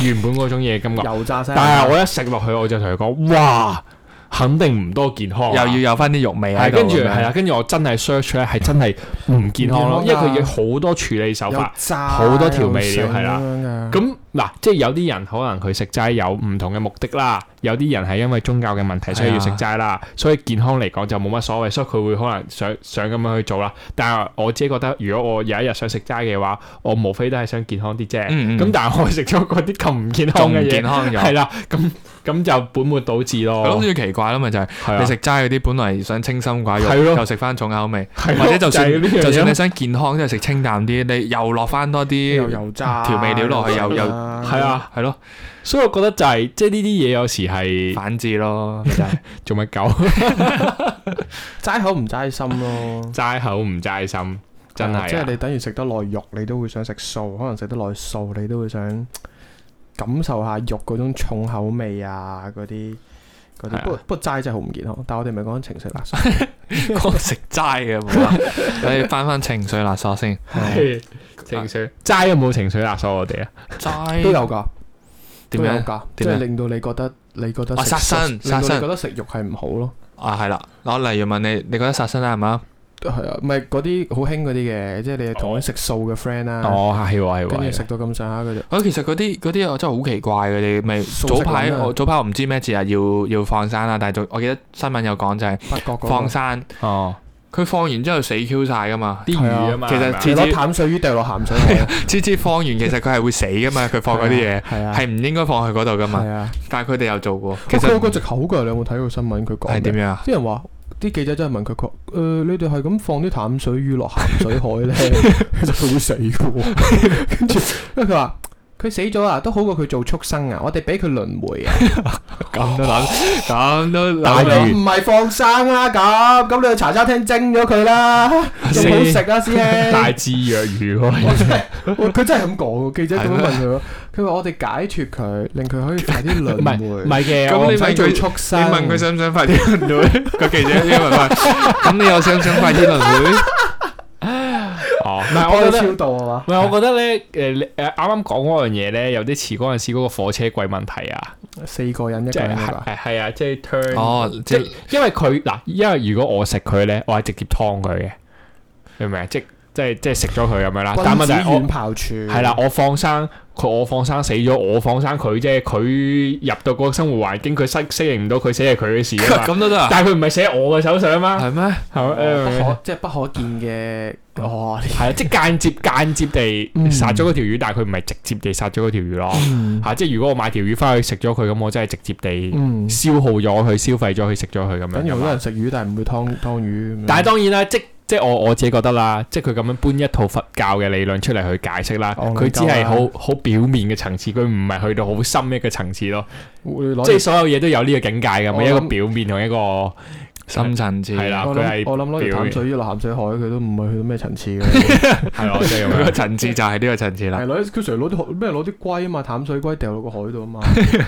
Speaker 2: 原本嗰種嘢感覺。
Speaker 3: 油炸晒，
Speaker 2: 但係我一食落去，我就同佢講：哇，肯定唔多健康
Speaker 1: 又
Speaker 2: 啊。
Speaker 1: 要有翻啲肉味喺
Speaker 2: 係
Speaker 1: 度。
Speaker 2: 跟住
Speaker 1: 咁樣
Speaker 2: 係啦，跟住我真係 search 咧，係真係唔健康咯，
Speaker 3: 唔健康㗎啊
Speaker 2: 因為佢有好多處理手
Speaker 3: 有
Speaker 2: 法。
Speaker 3: 炸
Speaker 2: 好多調味料
Speaker 3: 又成
Speaker 2: 係啦
Speaker 3: 咁樣㗎
Speaker 2: 咁嗱，即係有啲人可能佢食齋有唔同嘅目的啦，有啲人係因為宗教嘅問題所以要食齋啦，所以健康嚟講就冇乜所謂，所以佢會可能想想咁樣去做啦。但係我自己覺得，如果我有一日想食齋嘅話，我無非都係想健康啲啫。咁、
Speaker 1: 嗯嗯
Speaker 2: 但係我食咗嗰啲咁唔健康
Speaker 1: 仲
Speaker 2: 嘅
Speaker 1: 健
Speaker 2: 嘢，
Speaker 1: 康咗。
Speaker 2: 係啦，咁咁就本末倒置
Speaker 1: 我諗
Speaker 2: 咯。
Speaker 1: 最奇怪啦，咪就係
Speaker 2: 係
Speaker 1: 你
Speaker 2: 啊，
Speaker 1: 食齋嗰啲，本來想清心寡
Speaker 2: 係
Speaker 1: 欲，
Speaker 2: 咯
Speaker 1: 又食翻重口味，
Speaker 2: 係咯
Speaker 1: 或者就算
Speaker 2: 就係呢樣嘢咯
Speaker 1: 就算你想健康，即係食清淡啲，你又落翻多
Speaker 3: 又
Speaker 1: 啲，
Speaker 3: 油炸
Speaker 1: 調味料落去又又
Speaker 2: 係啊，
Speaker 1: 係咯，
Speaker 2: 所以我覺得就係、即係呢啲嘢有時係
Speaker 1: 反智咯， 咪就係
Speaker 2: 做乜狗
Speaker 3: 齋口唔齋心咯。
Speaker 2: 齋口唔齋心，真係啊
Speaker 3: 即係你等於食得耐肉，你都會想食素；可能食得耐素，你都會想感受下肉嗰種重口味啊，嗰啲嗰
Speaker 2: 係啊
Speaker 3: 啲。不過不過齋真係好唔健康，但係我哋咪講緊情緒垃圾。
Speaker 1: 講食齋嘅 冇啦。你翻翻情緒勒索先，
Speaker 2: 係情緒齋有冇情緒勒索我哋啊？
Speaker 1: 齋
Speaker 3: 都有㗎，
Speaker 1: 點
Speaker 3: 都有
Speaker 1: 樣
Speaker 3: 㗎，即
Speaker 1: 點樣
Speaker 3: 係令到你覺得你覺得
Speaker 1: 啊
Speaker 3: 食
Speaker 1: 殺生
Speaker 3: 令
Speaker 1: 殺
Speaker 3: 到
Speaker 1: 生
Speaker 3: 你覺得食肉係唔好咯。
Speaker 1: 啊？係啦，我例如問你，你覺得殺生啱唔啱？
Speaker 3: 係啊，唔係嗰啲好興嗰啲嘅，即係你同
Speaker 2: 哦
Speaker 3: 佢食素嘅 friend 啦，
Speaker 2: 哦，係喎係
Speaker 3: 跟住
Speaker 2: 喎
Speaker 3: 食
Speaker 2: 係
Speaker 3: 到咁上下佢就
Speaker 1: 啊，其實嗰啲嗰啲我真係好奇怪嘅，你咪
Speaker 3: 素
Speaker 1: 早
Speaker 3: 食
Speaker 1: 排
Speaker 3: 撚啊
Speaker 1: 我早排我唔知咩節日要要放生啦，但係仲我記得新聞有講就係
Speaker 3: 發覺嗰個
Speaker 1: 放生，
Speaker 2: 喎，哦，
Speaker 1: 佢放完之後死 Q 晒 噶嘛，
Speaker 2: 啲魚啊嘛，
Speaker 1: 其實
Speaker 2: 係咪啊
Speaker 1: 似
Speaker 3: 你攞淡水魚掉落鹹水河，
Speaker 1: 次次放完其實佢係會死 噶嘛，佢 放嗰啲嘢
Speaker 3: 係啊，
Speaker 1: 係唔應該放去嗰度噶嘛，
Speaker 3: 係啊。
Speaker 1: 但係佢哋有做過，其
Speaker 3: 其實佢個
Speaker 1: 實
Speaker 3: 藉口㗎，你有冇睇過新聞？佢
Speaker 1: 係
Speaker 3: 講
Speaker 1: 點
Speaker 3: 咩
Speaker 1: 樣啊？
Speaker 3: 啲人話。啲記者真係問佢佢，誒、呃你哋係咁放啲淡水魚落鹹水海 咧，其實佢會死嘅喎。跟住，因為佢話佢死咗啊，都好過佢做畜生啊，我哋俾佢輪迴啊。
Speaker 1: 咁都諗，
Speaker 3: 啊
Speaker 1: 咁都
Speaker 2: 大
Speaker 1: 諗
Speaker 2: 魚
Speaker 1: 到
Speaker 3: 唔係放生啦，咁咁你去茶餐廳蒸咗佢 啦，仲好食啊，師
Speaker 2: 大
Speaker 3: 兄。
Speaker 2: 智若魚喎，
Speaker 3: 我 佢真係咁講喎，記者咁樣
Speaker 1: 係咩
Speaker 3: 問佢喎，佢話我哋解脱佢，令佢可以快啲
Speaker 2: 唔
Speaker 3: 輪
Speaker 2: 係
Speaker 3: 迴。
Speaker 2: 唔係嘅，
Speaker 1: 咁
Speaker 2: 我
Speaker 1: 你
Speaker 3: 唔
Speaker 1: 咪
Speaker 3: 使做
Speaker 1: 佢
Speaker 3: 畜
Speaker 1: 你
Speaker 3: 生。
Speaker 1: 問佢想唔想快啲輪 迴？個記者呢個問翻，咁你又想唔想快啲輪迴？
Speaker 2: 哦，唔係我
Speaker 3: 我
Speaker 2: 覺得
Speaker 3: 超。度係嘛？
Speaker 2: 唔係，我覺得咧，誒你誒啱啱講嗰樣嘢咧，有啲似嗰陣時嗰個火車軌問題啊，
Speaker 3: 四個人一
Speaker 2: 即
Speaker 3: 個
Speaker 2: 係
Speaker 3: 人
Speaker 2: 係
Speaker 3: 啊，
Speaker 2: 係係啊，即係 turn，、
Speaker 1: 哦，
Speaker 2: 即
Speaker 1: 即
Speaker 2: 係因為佢嗱，因為如果我食佢咧，我係直接劏佢嘅，明唔明啊？即即係即係食咗佢咁樣啦。但
Speaker 3: 君
Speaker 2: 問
Speaker 3: 子
Speaker 2: 題係我
Speaker 3: 遠庖廚。
Speaker 2: 係啦，，我放生佢，我放生死咗，我放生佢啫，佢入到個生活環境，佢適適應唔到，佢死係佢嘅事 啊嘛。
Speaker 1: 咁都得啊？
Speaker 2: 但係佢唔係寫我嘅手上啊嘛，
Speaker 1: 係咩？
Speaker 2: 係咪誒明唔
Speaker 3: 哦不
Speaker 2: 明
Speaker 3: 可即係不可見嘅。哦，呢
Speaker 2: 係啊，即係間接間接地
Speaker 3: 嗯
Speaker 2: 殺咗嗰條魚，但係佢唔係直接地殺咗嗰條魚咯。吓、即係如果我買條魚翻去食咗佢，咁我真係直接地
Speaker 3: 嗯，
Speaker 2: 消耗咗佢、消費咗佢、食咗佢咁樣
Speaker 3: 等於
Speaker 2: 㗎
Speaker 3: 好多
Speaker 2: 嘛。
Speaker 3: 人食魚，但係唔會劏劏魚咁樣。
Speaker 2: 但係當然啦，即即係我我自己覺得啦，即係佢咁樣搬一套佛教嘅理論出嚟去解釋啦，
Speaker 3: 哦
Speaker 2: 佢只係
Speaker 3: 夠啦
Speaker 2: 好好表面嘅層次，佢唔係去到好深一個層次咯。
Speaker 3: 會攞
Speaker 2: 即係所有嘢都有呢個境界㗎
Speaker 3: 哦
Speaker 2: 嘛，
Speaker 3: 我諗
Speaker 2: 一個表面同一個
Speaker 1: 深層次
Speaker 2: 係啦
Speaker 3: 我
Speaker 2: 佢係
Speaker 3: 諗我諗攞條
Speaker 2: 表
Speaker 3: 淡
Speaker 2: 現
Speaker 3: 水魚落鹹水海，佢都唔會去到咩層次嘅。
Speaker 2: 係咯，即係咁
Speaker 1: 佢個
Speaker 2: 樣。
Speaker 1: 層次就係呢個層次啦
Speaker 3: 係。攞佢成日攞啲海咩攞啲龜啊嘛，淡水龜掉落個海度啊嘛，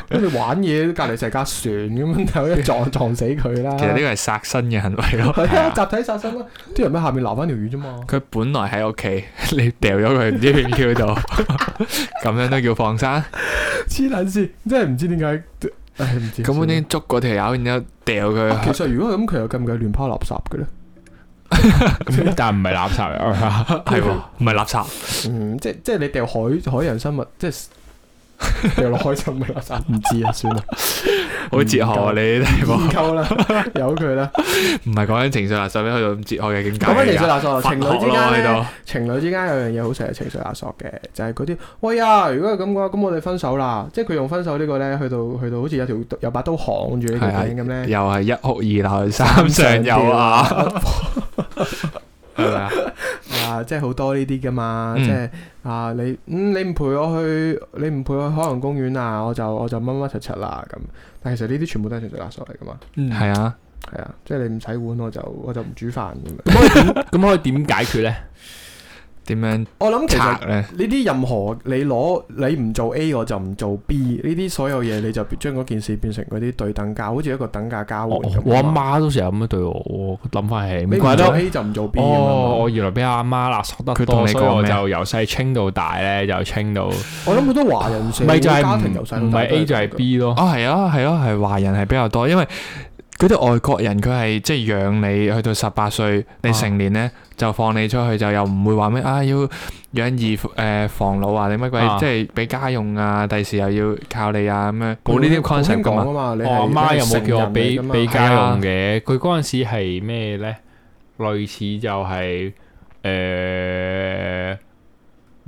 Speaker 3: 跟住玩嘢，隔離成架船咁樣，就一撞撞死佢啦。
Speaker 1: 其實呢個係殺生嘅行為咯。
Speaker 3: 係啊，集體殺生啦，啲人喺下面留翻條魚啫嘛。
Speaker 1: 佢本來喺屋企， 你掉咗佢唔知邊 Q 度， 咁樣都叫放生？
Speaker 3: 黐撚線，真係唔知點解，唉唔知。
Speaker 1: 咁已經捉嗰條友，然之後掉
Speaker 3: 啊其
Speaker 1: 佢，
Speaker 3: 實如果係咁，佢又計唔計亂拋垃圾嘅咧？
Speaker 2: 咁但係唔係垃圾啊？
Speaker 1: 係喎，唔係垃圾，
Speaker 3: 嗯，即即係你掉海海洋生物，即係掉落海就唔係垃圾，唔知啊，算啦，
Speaker 1: 好哲學啊！你啲題目
Speaker 3: 研究啦，由佢啦。
Speaker 1: 唔係講緊情緒垃圾，去到咁哲學嘅境界
Speaker 3: 講翻情緒
Speaker 1: 㗎。
Speaker 3: 勒索，
Speaker 1: 佛
Speaker 3: 情侶
Speaker 1: 學
Speaker 3: 之
Speaker 1: 咯
Speaker 3: 間
Speaker 1: 喺
Speaker 3: 咧。
Speaker 1: 度，
Speaker 3: 情侶之間有樣嘢好成日情緒勒索嘅，就係嗰啲喂啊，如果係咁嘅話，咁我哋分手啦。即係佢用分手呢個咧，去到去到好似有條有把刀行住呢條頸咁咧，
Speaker 1: 又係一哭二鬧三上
Speaker 3: 吊
Speaker 1: 有啊，係咪 啊？
Speaker 3: 啊，即係好多呢啲噶嘛，
Speaker 1: 嗯
Speaker 3: 即係啊你嗯你唔陪我去，你唔陪我去海洋公園啊，我就我就乜乜柒柒啦咁。但其實呢啲全部都係情緒勒索嚟噶嘛，
Speaker 1: 係啊，
Speaker 3: 係啊，即係你唔洗碗我就我就唔煮飯咁樣。
Speaker 2: 咁可以點解決咧？
Speaker 1: 點樣
Speaker 3: 我諗其實
Speaker 1: 拆咧？
Speaker 3: 呢啲任何你攞你唔做 A 我就唔做 B 呢啲所有嘢你就將嗰件事變成嗰啲對等價，好似一個等價交換
Speaker 2: 我
Speaker 3: 咁。
Speaker 2: 我阿媽都成日咁樣對我，我諗翻起，
Speaker 3: 你
Speaker 2: 唔
Speaker 3: 唔
Speaker 2: 怪
Speaker 3: 做
Speaker 2: 得。
Speaker 3: A 就唔做 B 咁樣啊
Speaker 2: 哦，
Speaker 3: 嘛
Speaker 2: 我原來俾阿媽勒索得
Speaker 1: 佢同
Speaker 2: 多，
Speaker 1: 你
Speaker 2: 所以
Speaker 1: 講
Speaker 2: 我
Speaker 1: 咩
Speaker 2: 就由細清到大咧，就清到唔
Speaker 3: 我諗好多華人社
Speaker 2: 係
Speaker 3: 會
Speaker 2: 就係
Speaker 3: 家庭由細
Speaker 2: 唔唔
Speaker 3: 到大
Speaker 2: 係
Speaker 3: 都
Speaker 2: A 就係
Speaker 3: 咁樣
Speaker 2: B 咯。
Speaker 1: 哦，係啊，係啊，係華人係比較多，因為嗰啲外國人佢係即係養你去到十八歲，你
Speaker 2: 啊
Speaker 1: 成年咧就放你出去，就又唔會話咩啊要養兒誒防老啊，你乜鬼
Speaker 2: 啊
Speaker 1: 即係俾家用啊，第時又要靠你啊咁樣，冇呢啲
Speaker 3: 好興
Speaker 1: concept 噶
Speaker 3: 講
Speaker 1: 嘛。
Speaker 3: 啊嘛，你
Speaker 2: 我哦阿
Speaker 3: 媽
Speaker 2: 媽有冇叫我俾俾
Speaker 1: 係
Speaker 2: 家
Speaker 1: 啊
Speaker 2: 用嘅？佢嗰陣時係咩咧？類似就係、誒。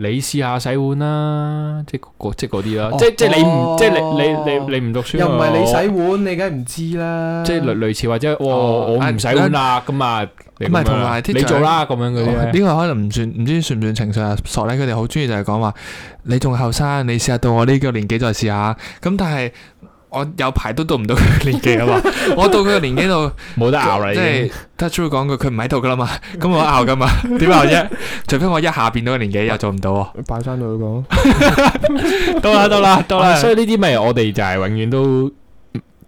Speaker 2: 你試下洗碗啦，即係嗰即係嗰啲啦，
Speaker 3: 哦
Speaker 2: 即即係你唔
Speaker 3: 哦
Speaker 2: 即係你你你你唔讀書，
Speaker 3: 又唔係你洗
Speaker 2: 我
Speaker 3: 碗，啊你梗係唔知啦。
Speaker 2: 即係類類似或者我
Speaker 3: 哦
Speaker 2: 我
Speaker 1: 啊
Speaker 2: 唔洗碗啦，咁啊，你
Speaker 1: 唔係
Speaker 2: 咁樣
Speaker 1: 同埋啲
Speaker 2: 你做啦咁樣嗰啲啊
Speaker 3: 哦
Speaker 1: 呢
Speaker 2: 呢。
Speaker 1: 個可能唔算，唔知算唔算情緒勒索咧？佢哋好中意就係講話，你仲後生，你試下到我呢個年紀再試下。咁但係我有排都到唔到佢嘅年紀啊嘛，我到佢個年紀度。
Speaker 2: 冇得拗啦，已
Speaker 1: 即
Speaker 2: 經
Speaker 1: 係 touch wood 講句，佢唔喺度 噶啦嘛，咁我拗噶嘛，點 拗啫？除非我一下變到個年紀又做唔到喎。
Speaker 3: 拜山度講，
Speaker 1: 到啦到啦到
Speaker 2: 啊所以呢啲咪我哋就係永遠都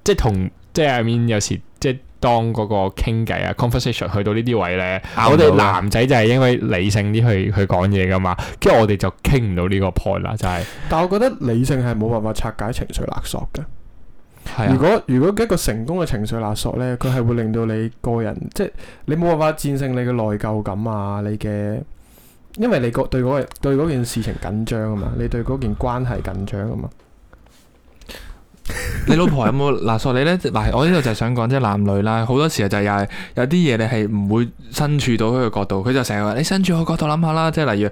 Speaker 2: 即係同即係 I mean 有時即係當嗰個傾偈啊 conversation 去到呢啲位咧，
Speaker 1: 拗唔
Speaker 2: 我
Speaker 1: 到
Speaker 2: 哋
Speaker 1: 㗎
Speaker 2: 男仔就係應該理性啲去去講嘢噶嘛，跟住我哋就傾唔到呢個 point 啦，就係、
Speaker 3: 但我覺得理性係冇辦法拆解情緒勒索嘅。
Speaker 1: 係
Speaker 3: 如
Speaker 1: 啊，
Speaker 3: 果如果一個成功嘅情緒勒索呢，佢係會令到你個人即係你冇辦法戰勝你嘅內疚感啊，你嘅因為你個對嗰、對嗰件事情緊張啊嘛，
Speaker 1: 嗯
Speaker 3: 你對嗰件關係緊張啊嘛。
Speaker 1: 你老婆有冇嗱？索你咧嗱，我呢度就係想講即係男女啦，好多時候就係又係有啲嘢你係唔會身處到佢嘅角度，佢就成日話你身處我角度諗下啦，即係例如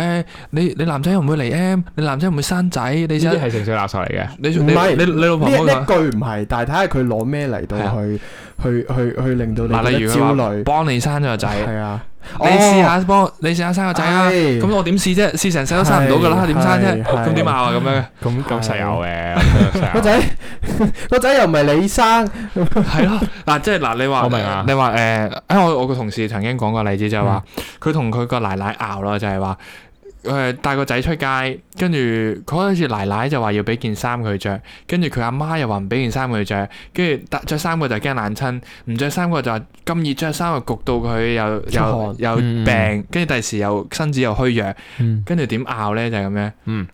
Speaker 1: 誒、你你男仔唔會嚟 M，你男仔唔會生仔，你
Speaker 2: 呢啲
Speaker 1: 想
Speaker 2: 係情緒勒索嚟嘅。
Speaker 1: 你
Speaker 3: 唔
Speaker 1: 你
Speaker 3: 係
Speaker 1: 你你
Speaker 3: 呢
Speaker 1: 老婆
Speaker 3: 一
Speaker 1: 冇
Speaker 3: 呢一
Speaker 1: 講
Speaker 3: 句唔係，但係睇下佢攞咩嚟到
Speaker 1: 係啊
Speaker 3: 去去去去令到
Speaker 1: 嗱，
Speaker 3: 你
Speaker 1: 例
Speaker 3: 覺
Speaker 1: 如
Speaker 3: 得
Speaker 1: 佢
Speaker 3: 焦
Speaker 1: 話
Speaker 3: 慮。
Speaker 1: 幫你生咗個仔，
Speaker 3: 係啊，
Speaker 1: 你試下幫你試下生個仔啊，
Speaker 3: 係
Speaker 1: 咁我點試啫？試成世都生唔到噶啦，
Speaker 3: 係
Speaker 1: 點生啫？
Speaker 3: 係係
Speaker 1: 咁點拗啊？咁樣
Speaker 2: 咁
Speaker 3: 係
Speaker 2: 咁實有嘅，咁實有
Speaker 3: 個仔個仔又唔係你生，
Speaker 1: 係咯，嗱，即係嗱，你話
Speaker 2: 我明啊嗯
Speaker 1: 你話誒，誒，我我個同事曾經講過例子就係話，佢同佢個奶奶拗咯，就係話誒帶個仔出街，跟住佢開始奶奶就話要俾件衫佢着，跟住佢阿媽又話唔俾件衫佢着，跟住搭着衫個就驚冷親，唔着衫個就話咁熱着衫又焗到佢又
Speaker 3: 出
Speaker 1: 又
Speaker 3: 汗
Speaker 1: 又
Speaker 2: 嗯
Speaker 1: 病，跟住第時又身子又虛弱，
Speaker 2: 嗯
Speaker 1: 跟住點拗咧就係咁樣，
Speaker 2: 嗯，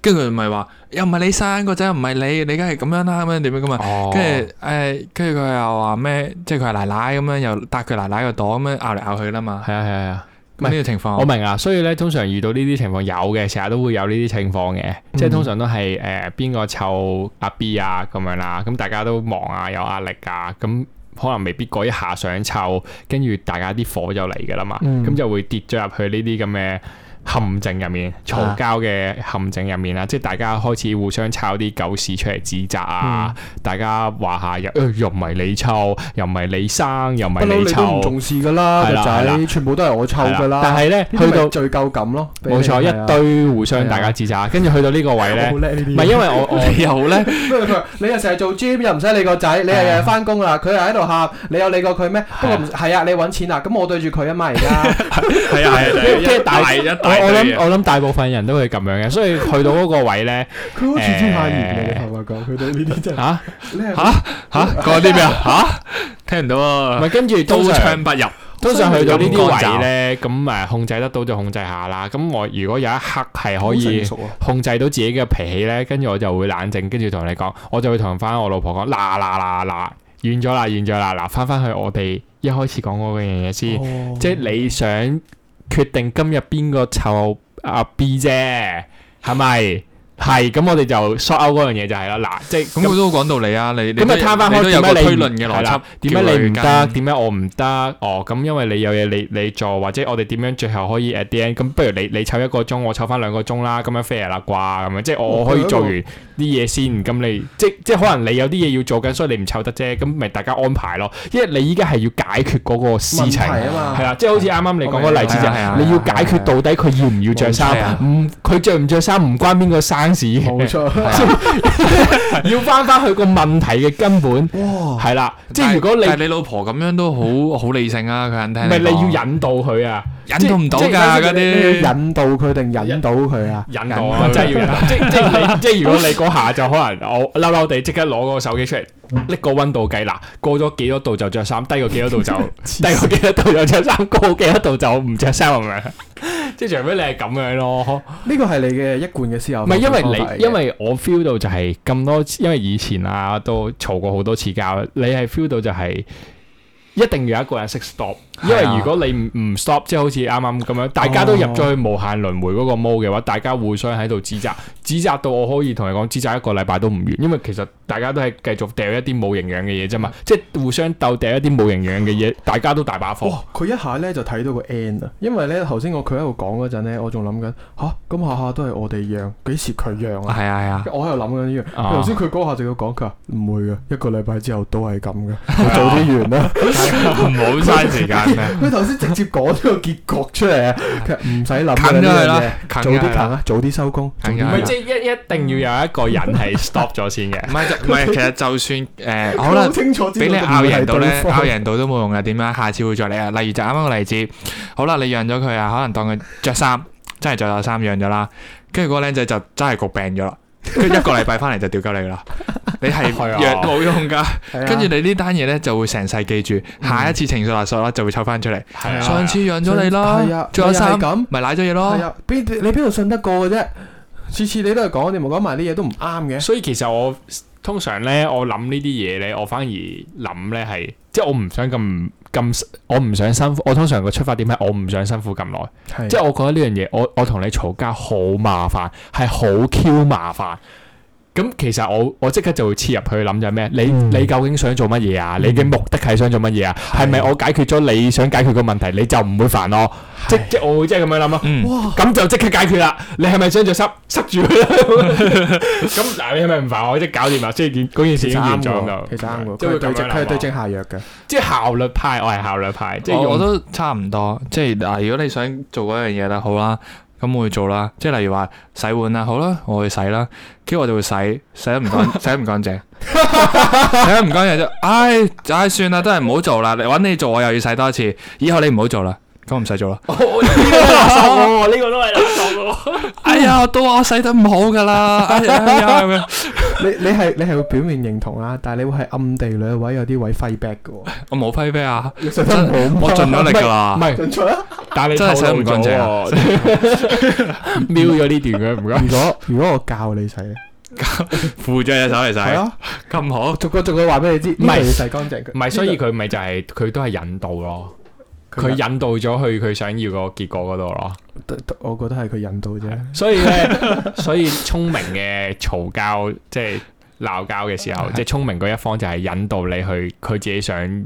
Speaker 1: 跟住佢咪話又唔係你生個仔，又唔係你，你梗係咁樣啦，咁樣點樣咁啊？
Speaker 2: 哦，
Speaker 1: 跟住誒，跟住佢又話咩？即係佢係奶奶咁樣，又搭佢奶奶個朵咁樣拗嚟拗去啦嘛。
Speaker 2: 係啊係啊係啊。
Speaker 1: 咁呢個情
Speaker 3: 哦
Speaker 1: 況，
Speaker 2: 我明啊，所以咧通常遇到呢啲情況有嘅，成日都會有呢啲情況嘅，
Speaker 3: 嗯
Speaker 2: 即係通常都係誒邊個湊阿 B 啊咁樣啦，咁大家都忙啊，有壓力啊，咁可能未必嗰一下想湊，跟住大家啲火就嚟噶啦嘛，咁、
Speaker 3: 嗯
Speaker 2: 就會跌咗入去呢啲咁嘅。陷阱入面，嘈交嘅陷阱入面啦，啊即係大家開始互相抄啲狗屎出嚟指責啊，
Speaker 3: 嗯
Speaker 2: 大家話下又、呃又唔係你湊，又唔係你生，又唔
Speaker 3: 不
Speaker 2: 係
Speaker 3: 嬲
Speaker 2: 你
Speaker 3: 你都唔
Speaker 2: 湊，
Speaker 3: 重視噶啦，
Speaker 2: 係
Speaker 3: 個
Speaker 2: 啦係啦
Speaker 3: 仔全部都係我湊噶
Speaker 2: 係啦
Speaker 3: 啦。
Speaker 2: 但係咧去
Speaker 3: 去
Speaker 2: 到
Speaker 3: 到罪疚感咯，俾你
Speaker 2: 冇錯，
Speaker 3: 係啊
Speaker 2: 一堆互相大家指責，跟住去到呢個位
Speaker 3: 我好
Speaker 2: 咧，
Speaker 3: 叻呢啲
Speaker 2: 唔
Speaker 3: 嘢。
Speaker 2: 係因為我我
Speaker 1: 你又咧，
Speaker 3: 因為佢話你又成日做 gym 又唔使理個仔，你又日
Speaker 2: 啊
Speaker 3: 日翻工啦，佢又喺度喊，你有理過佢咩？不過唔係啊，你揾錢啦，咁我對住佢啊嘛而 家。
Speaker 1: 係啊
Speaker 2: 即係大
Speaker 1: 一
Speaker 2: 我我諗我諗大部分人都會咁樣嘅，所以去到嗰個位咧
Speaker 3: 佢好似朱
Speaker 2: 誒
Speaker 3: 夏賢嘅，你係咪講佢對呢啲真係
Speaker 2: 嚇，
Speaker 3: 你係
Speaker 1: 嚇嚇講啲 咩啊？嚇聽唔到
Speaker 2: 唔
Speaker 1: 啊！
Speaker 2: 係跟住
Speaker 1: 刀
Speaker 2: 通常
Speaker 1: 槍不入，
Speaker 2: 通常去到呢啲位咧，咁誒控制得到就控制下啦。咁我如果有一刻係可
Speaker 3: 好
Speaker 2: 以
Speaker 3: 成。熟啊
Speaker 2: 控制到自己嘅脾氣咧，跟住我就會冷靜，跟住同你講，我就會同翻我老婆講嗱嗱嗱嗱，完咗啦，完咗啦，嗱翻翻去我哋一開始講嗰樣嘢先，
Speaker 3: 哦
Speaker 2: 即係你想決定今日邊個湊阿 B 啫，係咪？係咁，我哋就 sort out 嗰樣嘢就係啦。嗱，即係
Speaker 1: 咁佢
Speaker 2: 咁
Speaker 1: 都講道理啊！你
Speaker 2: 咁咪攤翻開
Speaker 1: 都有
Speaker 2: 點
Speaker 1: 個
Speaker 2: 解你
Speaker 1: 推論嘅邏
Speaker 2: 係
Speaker 1: 輯
Speaker 2: 啦，點解你唔得？
Speaker 1: 點
Speaker 2: 點解我唔得？哦，咁因為你有嘢你你做，或者我哋點樣最後可以 at the end？咁不如你你湊一個鐘，我湊翻兩個鐘啦，咁樣 fair 啦啩？咁樣即係我
Speaker 3: 哦
Speaker 2: 我可以
Speaker 3: 佢嗰
Speaker 2: 做
Speaker 3: 個
Speaker 2: 完
Speaker 1: 嗯
Speaker 2: 啲嘢先，咁你即即係可能你有啲嘢要做緊，所以你唔湊得啫。咁咪大家安排咯，因為你依家係要解決嗰個事
Speaker 3: 問題
Speaker 2: 情。
Speaker 3: 啊嘛
Speaker 2: 係。啦，即係好似啱啱你講嗰個例子就
Speaker 1: 係啊係啊係
Speaker 2: 係
Speaker 1: 啊
Speaker 2: 你要解決到底佢要唔要着
Speaker 1: 冇錯啊
Speaker 2: 衫，唔佢着唔着衫唔關邊個生事，
Speaker 3: 冇錯，
Speaker 2: 啊 要翻翻去個問題嘅根本
Speaker 3: 哇！
Speaker 2: 係啦。即係如果你
Speaker 1: 哦但係你老婆咁樣都好好理性啊！佢肯聽
Speaker 2: 唔
Speaker 1: 講，
Speaker 2: 係你要引導佢啊，
Speaker 1: 引導唔到
Speaker 2: 即
Speaker 1: 㗎嗰
Speaker 3: 你
Speaker 1: 啲
Speaker 3: 要。引導佢定引到佢啊？
Speaker 2: 引導啊，真係要引導。即即係你即係如果你 嗰下就可能我嬲嬲地即刻攞個手機出嚟，拎個温度計嗱，過咗幾多度就着衫，低過幾 多度就 低過幾多度就着衫，高過幾多度就唔着衫咁樣。即係除非你係咁樣咯。
Speaker 3: 呢個係你嘅一貫嘅思考
Speaker 2: 唔
Speaker 3: 方
Speaker 2: 係
Speaker 3: 法嚟
Speaker 2: 因
Speaker 3: 嘅。
Speaker 2: 為你，因為我 feel 到就係咁多，因為以前啊都嘈過好多次交，你係 feel 到就係一定要有一個人識 stop，因為
Speaker 1: 係啊
Speaker 2: 如果你唔唔 stop，即係好似啱啱咁樣，大家都入咗去無限輪迴嗰個 m 嘅話，大家互相喺度指責，指責到我可以同你講，指責一個禮拜都唔完，因為其實大家都係繼續掉一啲冇營養嘅嘢啫嘛，
Speaker 1: 嗯
Speaker 2: 即係互相鬥掉一啲冇營養嘅嘢，大家都大把火。
Speaker 3: 哇！佢一下咧就睇到個 end 啊，因為咧頭先我佢喺度講嗰陣咧，我仲諗緊吓，咁下下都係我哋讓，幾時佢讓啊？
Speaker 1: 係啊係啊，
Speaker 3: 我喺度諗緊呢樣。
Speaker 2: 啊
Speaker 3: 頭先佢嗰下就要講佢話唔會嘅，一個禮拜之後都係咁嘅，我早啲完啦。
Speaker 1: 唔好嘥時間啊！
Speaker 3: 佢頭先直接講咗個結局出嚟啊，佢話唔使諗
Speaker 1: 近咗佢
Speaker 3: 啦
Speaker 1: 啦
Speaker 3: 呢，樣嘢，
Speaker 1: 近咗
Speaker 3: 早啲
Speaker 1: 佢
Speaker 3: 近
Speaker 1: 啦。
Speaker 3: 啊，早啲收工，
Speaker 1: 近咗
Speaker 2: 唔
Speaker 1: 佢
Speaker 2: 係
Speaker 1: 啦
Speaker 2: 即係一一定要有一個人係 stop 咗先嘅。
Speaker 1: 唔係就唔係，其實就算誒，好
Speaker 3: 佢
Speaker 1: 啦
Speaker 3: 好。清楚知道
Speaker 1: 俾你
Speaker 3: 佢唔
Speaker 1: 拗
Speaker 3: 係
Speaker 1: 贏到咧，
Speaker 3: 對方
Speaker 1: 拗贏到都冇用嘅。點樣？下次會再嚟啊！例如就啱啱個例子，好啦，你讓咗佢啊，可能當佢着衫，真係着咗衫讓咗啦，跟住嗰個僆仔就真係焗病咗啦。跟住一個禮拜翻嚟就屌鳩你啦，你係
Speaker 2: 係啊
Speaker 1: 藥冇用噶。
Speaker 3: 係啊
Speaker 1: 跟住你呢單嘢咧就會成世記住，下一次情緒勒索啦就會抽翻出嚟。
Speaker 2: 係啊
Speaker 1: 上次養咗
Speaker 3: 係
Speaker 1: 你啦
Speaker 3: 啊，
Speaker 1: 仲有
Speaker 3: 咪又
Speaker 1: 三
Speaker 3: 係咁
Speaker 1: 咪賴咗嘢
Speaker 3: 係
Speaker 1: 咯。
Speaker 3: 啊，邊你邊度信得過嘅啫？次次你都係講，你冇講埋啲嘢都唔啱嘅。
Speaker 2: 所以其實我通常咧，我諗呢啲嘢咧，我反而諗咧係，即係我唔想咁咁，我唔想辛苦。我通常個出發點係我唔想辛苦咁耐，即
Speaker 3: 係
Speaker 2: 係我覺得呢樣嘢，我我同你嘈交好麻煩，係好 Q 麻煩。咁其實我我即刻就會切入去諗就係咩？你、
Speaker 3: 嗯
Speaker 2: 你究竟想做乜嘢啊？你嘅目的係想做乜嘢啊？係咪我解決咗你想解決嘅問題，你就唔會煩我？即即我會即係咁樣諗咯。
Speaker 1: 嗯，
Speaker 3: 哇，
Speaker 2: 咁就即刻解決啦！你係咪將隻濕塞住佢啦？咁嗱，你係咪唔煩我？即係搞掂啦，即係件嗰件事
Speaker 3: 其實
Speaker 2: 已經
Speaker 3: 啱
Speaker 2: 完咗
Speaker 3: 喎
Speaker 2: 啦。，
Speaker 3: 其實啱喎，
Speaker 2: 即係
Speaker 3: 佢
Speaker 2: 會
Speaker 3: 係對
Speaker 2: 咁
Speaker 3: 症，
Speaker 2: 樣
Speaker 3: 佢係對
Speaker 2: 諗啊
Speaker 3: 症下藥嘅。
Speaker 2: 即係效率派，我係效率派，即係
Speaker 1: 我
Speaker 2: 用
Speaker 1: 我都差唔多，即係嗱，如果你想做嗰樣嘢啦，好啦，咁我會做啦。即係例如話洗碗啦，好啦，我去洗啦，跟住我就會洗，洗得唔 乾，洗得唔乾淨，洗得唔乾淨就，唉唉算啦，都係唔好做啦。你揾你做，我又要洗多一次，以後你唔好做啦，咁我唔使做啦。
Speaker 2: 哦 我呢個都係垃圾喎。
Speaker 1: 哎呀，我都話我洗得唔好噶 啦，哎呀哎呀咁樣，
Speaker 3: 你你係你係會表面認同啦，但係你會係暗地裏位有啲位 feedback 嘅
Speaker 1: 我冇批評啊，
Speaker 3: 喎。信得唔好
Speaker 1: 我 盡咗力噶
Speaker 2: 唔
Speaker 1: 啦。
Speaker 2: 係，
Speaker 3: 盡咗啦。
Speaker 2: 但係你
Speaker 1: 真係洗
Speaker 2: 透
Speaker 1: 得
Speaker 2: 露
Speaker 1: 唔乾淨啊
Speaker 2: 咗喎，瞄咗呢段嘅唔該。
Speaker 3: 如果如果我教你洗咧，
Speaker 1: 扶咗隻手嚟
Speaker 3: 係
Speaker 1: 洗，
Speaker 3: 啊，
Speaker 1: 咁好。
Speaker 3: 逐個逐個話俾你知，
Speaker 2: 唔
Speaker 3: 呢
Speaker 2: 係
Speaker 3: 度要洗乾淨。
Speaker 2: 唔係，所以佢咪就係佢都係引導咯，佢引導咗去佢想要個結果嗰度咯。
Speaker 3: 我覺得係佢引導啫。
Speaker 2: 所以咧，所以聰明嘅嘈交即係鬧交嘅時候，即係聰明嗰一方就係引導你去佢自己想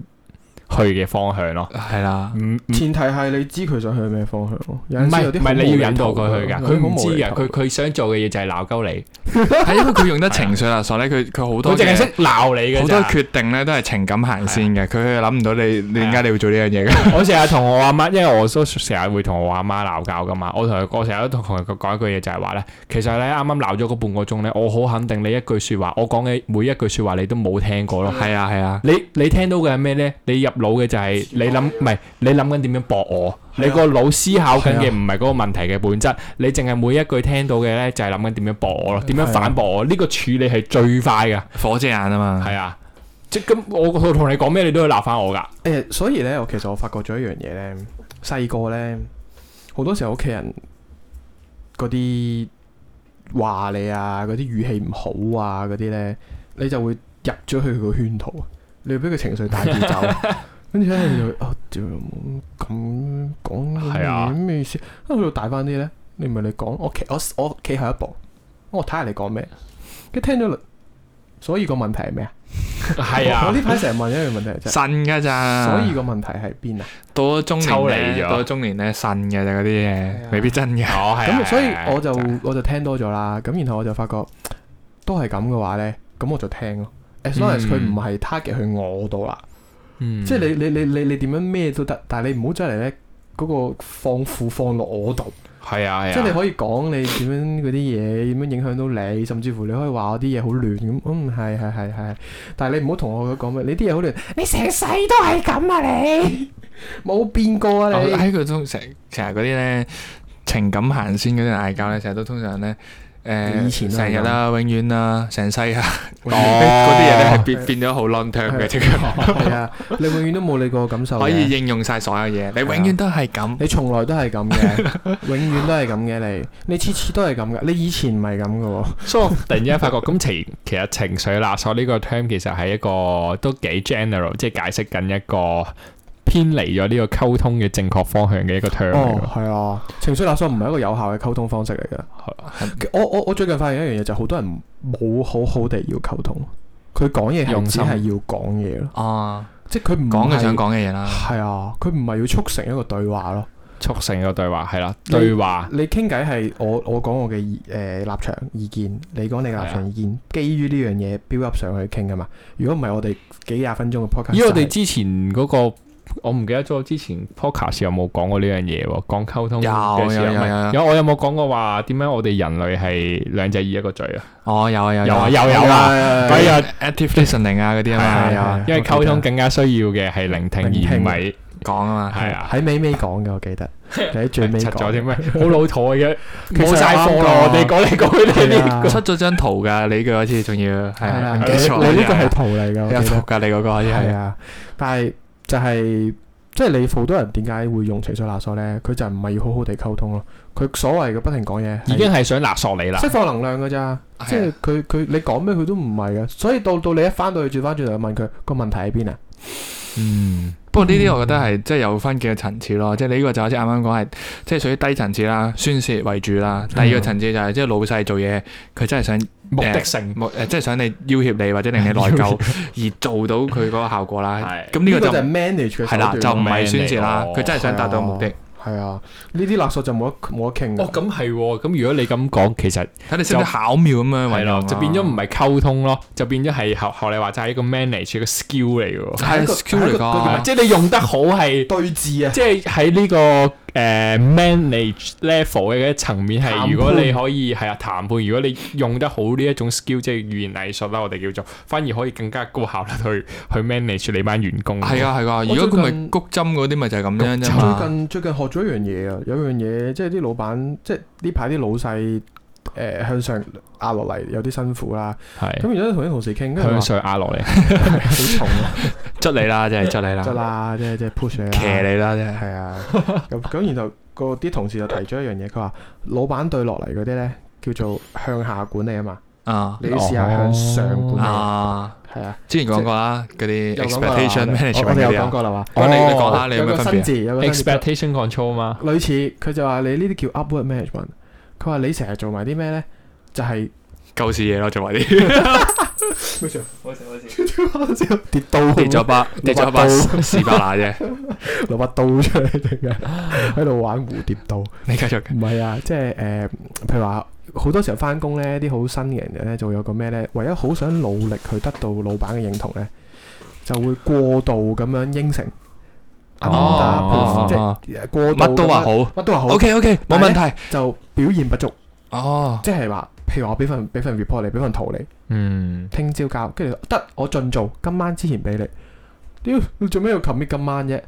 Speaker 2: 去嘅方向咯。
Speaker 1: 係啦，
Speaker 2: 唔唔
Speaker 3: 前提係你知佢想去咩方向咯。有
Speaker 2: 唔
Speaker 3: 陣時
Speaker 2: 係
Speaker 3: 有啲
Speaker 2: 唔係你要引導佢去㗎，佢唔知
Speaker 3: 㗎，
Speaker 2: 㗎，佢佢想做嘅嘢就係鬧鳩你，
Speaker 1: 係因為佢用得情緒勒索咧，佢佢好
Speaker 2: 佢
Speaker 1: 多
Speaker 2: 淨係
Speaker 1: 嘅
Speaker 2: 識鬧你嘅
Speaker 1: 好多
Speaker 2: 咋。
Speaker 1: 決定咧都係情感行先嘅，佢係諗唔到你你點解你會做呢樣嘢嘅。
Speaker 2: 我成日同我阿媽，因為我都成日會同我阿媽鬧交噶嘛。我同佢，我成日都同佢講一句嘢，就係話咧，其實咧啱啱鬧咗嗰半個鐘咧，我好肯定你一句説話，我講嘅每一句説話你都冇聽過咯。
Speaker 1: 係啊係啊，
Speaker 2: 你你聽到嘅係咩咧？你入腦嘅就係你諗，唔係你諗緊點樣駁我。
Speaker 3: 係啊
Speaker 2: 你個腦思考緊嘅唔係嗰個問題嘅本質，你淨係每一句聽到嘅咧就係諗緊點樣駁我咯，點樣反駁我？呢個處理係最快噶，
Speaker 1: 火遮眼啊嘛。
Speaker 2: 係啊。即咁，我我同你講咩，你都要鬧翻 我噶。
Speaker 3: 誒，所以咧，我其實我發覺咗一樣嘢咧，細個咧，好多時候屋企人嗰啲話你啊，嗰啲語氣唔好啊，嗰啲咧，你就會入咗去佢個圈套，你要俾佢情緒帶住走。 跟住咧，你就會啊，屌咁講
Speaker 2: 係啊
Speaker 3: 咩意思？啊，去到大翻啲咧，你咪你講，我企我我企後一步，我睇下你講咩。跟住聽咗，所以個問題係咩啊？
Speaker 2: 係
Speaker 3: 我
Speaker 2: 啊
Speaker 3: 呢，排成日問一樣問題就係
Speaker 1: 呻㗎咋，
Speaker 3: 所以個問題喺邊啊？
Speaker 1: 到咗中
Speaker 2: 抽
Speaker 1: 年
Speaker 2: 離
Speaker 1: 咧，
Speaker 2: 咗
Speaker 1: 到咗中年咧呻嘅就嗰啲
Speaker 3: 係啊
Speaker 1: 嘢，未必真嘅。
Speaker 2: 哦係啊。
Speaker 3: 咁所以
Speaker 2: 係啊
Speaker 3: 我就
Speaker 2: 係啊
Speaker 3: 我就聽多咗啦。咁然後我就發覺都係咁嘅話咧，咁我就聽咯。as long as
Speaker 2: 嗯
Speaker 3: 佢唔係 target 去我度啦，
Speaker 2: 嗯
Speaker 3: 即係你你你你你點樣咩都得，但係你唔好再嚟咧嗰個放負放落我度，
Speaker 2: 係啊係啊，
Speaker 3: 即係你可以講你點樣嗰啲嘢點樣影響到你，甚至乎你可以話我啲嘢好亂咁，嗯係係係係，但係你唔好同我講咩，你啲嘢好亂，你成世都係咁啊 你，冇變過啊
Speaker 1: 我
Speaker 3: 你。
Speaker 1: 喺佢中成成日嗰啲咧情感行先嗰啲嗌交咧，成日都通常咧
Speaker 3: 以
Speaker 1: 誒
Speaker 3: 前都係
Speaker 1: 成
Speaker 3: 咁
Speaker 1: 日啦、永遠啦、成世啊
Speaker 2: 哦
Speaker 1: 嗰啲嘢咧係變變咗好 long term 嘅，即係
Speaker 3: 啊係啊，你永遠都冇你個感受嘅。
Speaker 1: 可以應用晒所有嘢。你
Speaker 3: 係啊
Speaker 1: 永遠都係咁。
Speaker 3: 你從來都係咁 嘅，永遠都係咁嘅你，你次次都係咁嘅，你以前唔係咁嘅喎。
Speaker 2: 所以我 突然之間發覺，咁情其實情緒勒索呢個 term 其實係一個都幾 general，即係解釋緊一個偏離咗呢個溝通嘅正確方向嘅一個 term 嚟
Speaker 3: 哦
Speaker 2: 㗎。，
Speaker 3: 係啊，情緒勒索唔係一個有效嘅溝通方式嚟嘅。我我我最近發現一樣嘢，就係好多人冇好好地要溝通，佢講嘢係
Speaker 2: 用
Speaker 3: 只
Speaker 2: 心
Speaker 3: 係要講嘢咯，
Speaker 1: 哦，
Speaker 3: 即係佢唔
Speaker 1: 講佢
Speaker 3: 係
Speaker 1: 想講嘅嘢啦。
Speaker 3: 係啊，佢唔係要促成一個對話咯。
Speaker 2: 促成個對話係啦，
Speaker 3: 你
Speaker 2: 對話
Speaker 3: 你傾偈係我我講我嘅意誒、呃立場意見，你講你嘅立
Speaker 2: 係啊
Speaker 3: 場意見，基於呢樣嘢 build up 上去傾噶嘛。如果唔係，我哋幾廿分鐘嘅 podcast，
Speaker 2: 咦，我哋
Speaker 3: 就係
Speaker 2: 之前嗰個我唔記得咗之前 podcast 有冇講過呢樣嘢喎？講溝通
Speaker 1: 有
Speaker 2: 嘅時候
Speaker 1: 有有
Speaker 2: 咪
Speaker 1: 有有
Speaker 2: 有我有冇講過話點解我哋人類係兩隻耳一個嘴啊？
Speaker 1: 哦，有啊有
Speaker 2: 有啊
Speaker 1: 啊
Speaker 2: 又有啊，
Speaker 1: 哎
Speaker 2: 哎
Speaker 1: 呀
Speaker 2: 呀
Speaker 1: ，active listening 啊嗰啲啊
Speaker 3: 係啊
Speaker 1: 嘛，
Speaker 2: 因為溝通更加需要嘅係聆聽
Speaker 3: 聆聽
Speaker 2: 而唔係
Speaker 1: 講啊嘛，
Speaker 2: 係啊。
Speaker 3: 喺尾尾講嘅，我記得。你喺最尾
Speaker 2: 柒 咗
Speaker 3: 講
Speaker 2: 添咩？好老土嘅，
Speaker 3: 其實
Speaker 2: 冇晒貨啦！我
Speaker 3: 啱㗎
Speaker 2: 哋講嚟講去都係呢
Speaker 3: 係啊
Speaker 1: 出咗張圖㗎，你嘅好似仲要係
Speaker 3: 係
Speaker 1: 啊
Speaker 3: 啊，
Speaker 1: 唔記得咗，
Speaker 3: 你呢個係圖嚟㗎，我
Speaker 1: 有
Speaker 3: 記
Speaker 1: 圖
Speaker 3: 得
Speaker 1: 㗎，你嗰個好似
Speaker 3: 係
Speaker 1: 係
Speaker 3: 啊，但係就係即係你好多人點解會用情緒勒索咧？佢就唔係要好好地溝通咯，佢所謂嘅不停講嘢係
Speaker 2: 已經係想勒索你啦。
Speaker 3: 釋放能量㗎咋，
Speaker 1: 啊
Speaker 3: 即係佢佢你講咩佢都唔係嘅，所以到到你一翻到去轉翻轉頭問佢個問題喺邊啊？
Speaker 2: 嗯，
Speaker 1: 不過呢啲我覺得係即係有分幾個層次咯，即係你呢個就好似啱啱講係即係屬於低層次啦，宣泄為主啦。
Speaker 3: 嗯
Speaker 1: 第二個層次就係即係老細做嘢，佢真係想
Speaker 2: 目的性
Speaker 1: 冇
Speaker 3: 嗯
Speaker 1: 誒，即係想你要挾你或者令你內疚，而做到佢嗰個效果啦。
Speaker 2: 係
Speaker 1: 咁呢
Speaker 3: 個就
Speaker 1: 個就
Speaker 3: 係 manage 嘅
Speaker 1: 係啦，
Speaker 3: 手
Speaker 1: 就
Speaker 3: 段
Speaker 1: 唔
Speaker 3: 咯
Speaker 1: 係宣泄啦，
Speaker 2: 哦
Speaker 1: 佢真係想達到目的
Speaker 3: 係。係啊，呢啲勒索就冇得冇得傾㗎
Speaker 2: 哦，咁係喎。咁如果你咁講，其實
Speaker 1: 睇你識唔識巧妙咁樣運
Speaker 2: 係咯，
Speaker 1: 用啊
Speaker 2: 就變咗唔係溝通咯，就變咗係學學你話齋一個 manage 一個 skill 嚟嘅喎。
Speaker 1: 係 skill 嚟
Speaker 2: 係
Speaker 1: 㗎，
Speaker 2: 即係你用得好係，
Speaker 3: 對峙啊！
Speaker 2: 即係喺呢個誒 manage level 嘅層面
Speaker 3: 談判
Speaker 2: 係，如果你可以係啊談判，如果你用得好呢一種 skill，即係語言藝術啦，我哋叫做，反而可以更加高效率去去 manage 你班員工。
Speaker 1: 係啊係啊。
Speaker 3: 我
Speaker 1: 如果佢
Speaker 3: 最
Speaker 1: 咪
Speaker 3: 近
Speaker 1: 谷針嗰啲咪就係咁樣啫
Speaker 3: 最
Speaker 1: 嘛。
Speaker 3: 近最近學咗一樣嘢啊，有樣嘢即係啲老闆，即係呢排啲老細誒、呃向上壓落嚟，有啲辛苦啦。
Speaker 2: 係
Speaker 3: 咁啊然之後同啲同事傾，跟住
Speaker 2: 向
Speaker 3: 話
Speaker 2: 上壓落嚟。
Speaker 3: 好重啊，
Speaker 1: 捽你啦，即係捽你
Speaker 3: 得
Speaker 1: 啦，
Speaker 3: 啦，即係即係 push 啊你啦，
Speaker 1: 騎你啦，即係。
Speaker 3: 係啊。咁咁然後個啲同事就提咗一樣嘢，佢話老闆對落嚟嗰啲咧叫做向下管理啊嘛，
Speaker 1: 啊
Speaker 3: 你要試下向上管理，
Speaker 1: 啊！
Speaker 3: 係啊。
Speaker 1: 之前講過啦，嗰啲
Speaker 3: 有講過啦
Speaker 1: expectation
Speaker 3: 我我
Speaker 1: management
Speaker 3: 哋
Speaker 1: 嗰
Speaker 3: 有
Speaker 1: 啲
Speaker 3: 講
Speaker 1: 啊。
Speaker 3: 過啦嘛，
Speaker 1: 咁你
Speaker 2: 哦
Speaker 1: 你講下你有
Speaker 3: 有
Speaker 1: 咩
Speaker 3: 個
Speaker 1: 分
Speaker 3: 新
Speaker 1: 別啊？
Speaker 3: 字，有個新字
Speaker 2: expectation control 嘛，
Speaker 3: 類似佢就話你呢啲叫 upward management。佢話你成日做埋啲咩咧？就係、
Speaker 1: 舊事嘢咯，做埋啲
Speaker 3: 冇事冇事， 跌刀
Speaker 1: 跌咗把跌咗把
Speaker 3: 攞把刀
Speaker 1: 屎巴乸啫。
Speaker 3: 攞把刀出嚟定係喺度玩蝴蝶刀？唔
Speaker 1: 你繼續。
Speaker 3: 係啊，即係誒、呃譬如話好多時候翻工咧，啲好新嘅人咧就會有個咩咧？唯一好想努力去得到老闆嘅認同咧，就會過度咁樣應承，啊唔
Speaker 2: 哦
Speaker 3: 得，
Speaker 1: 哦哦
Speaker 3: 即係過度
Speaker 1: 乜都
Speaker 3: 咁
Speaker 1: 話
Speaker 3: 樣，
Speaker 1: 好。
Speaker 3: 乜都話好
Speaker 1: O K O K，冇問題。
Speaker 3: 就表現不足，
Speaker 1: 哦，
Speaker 3: 即係話譬如話我俾份俾份 report 你，俾份圖你。
Speaker 2: 嗯，
Speaker 3: 聽朝交，跟住啊得我盡做，今晚之前俾你。屌，你做咩要 commit 今晚啫？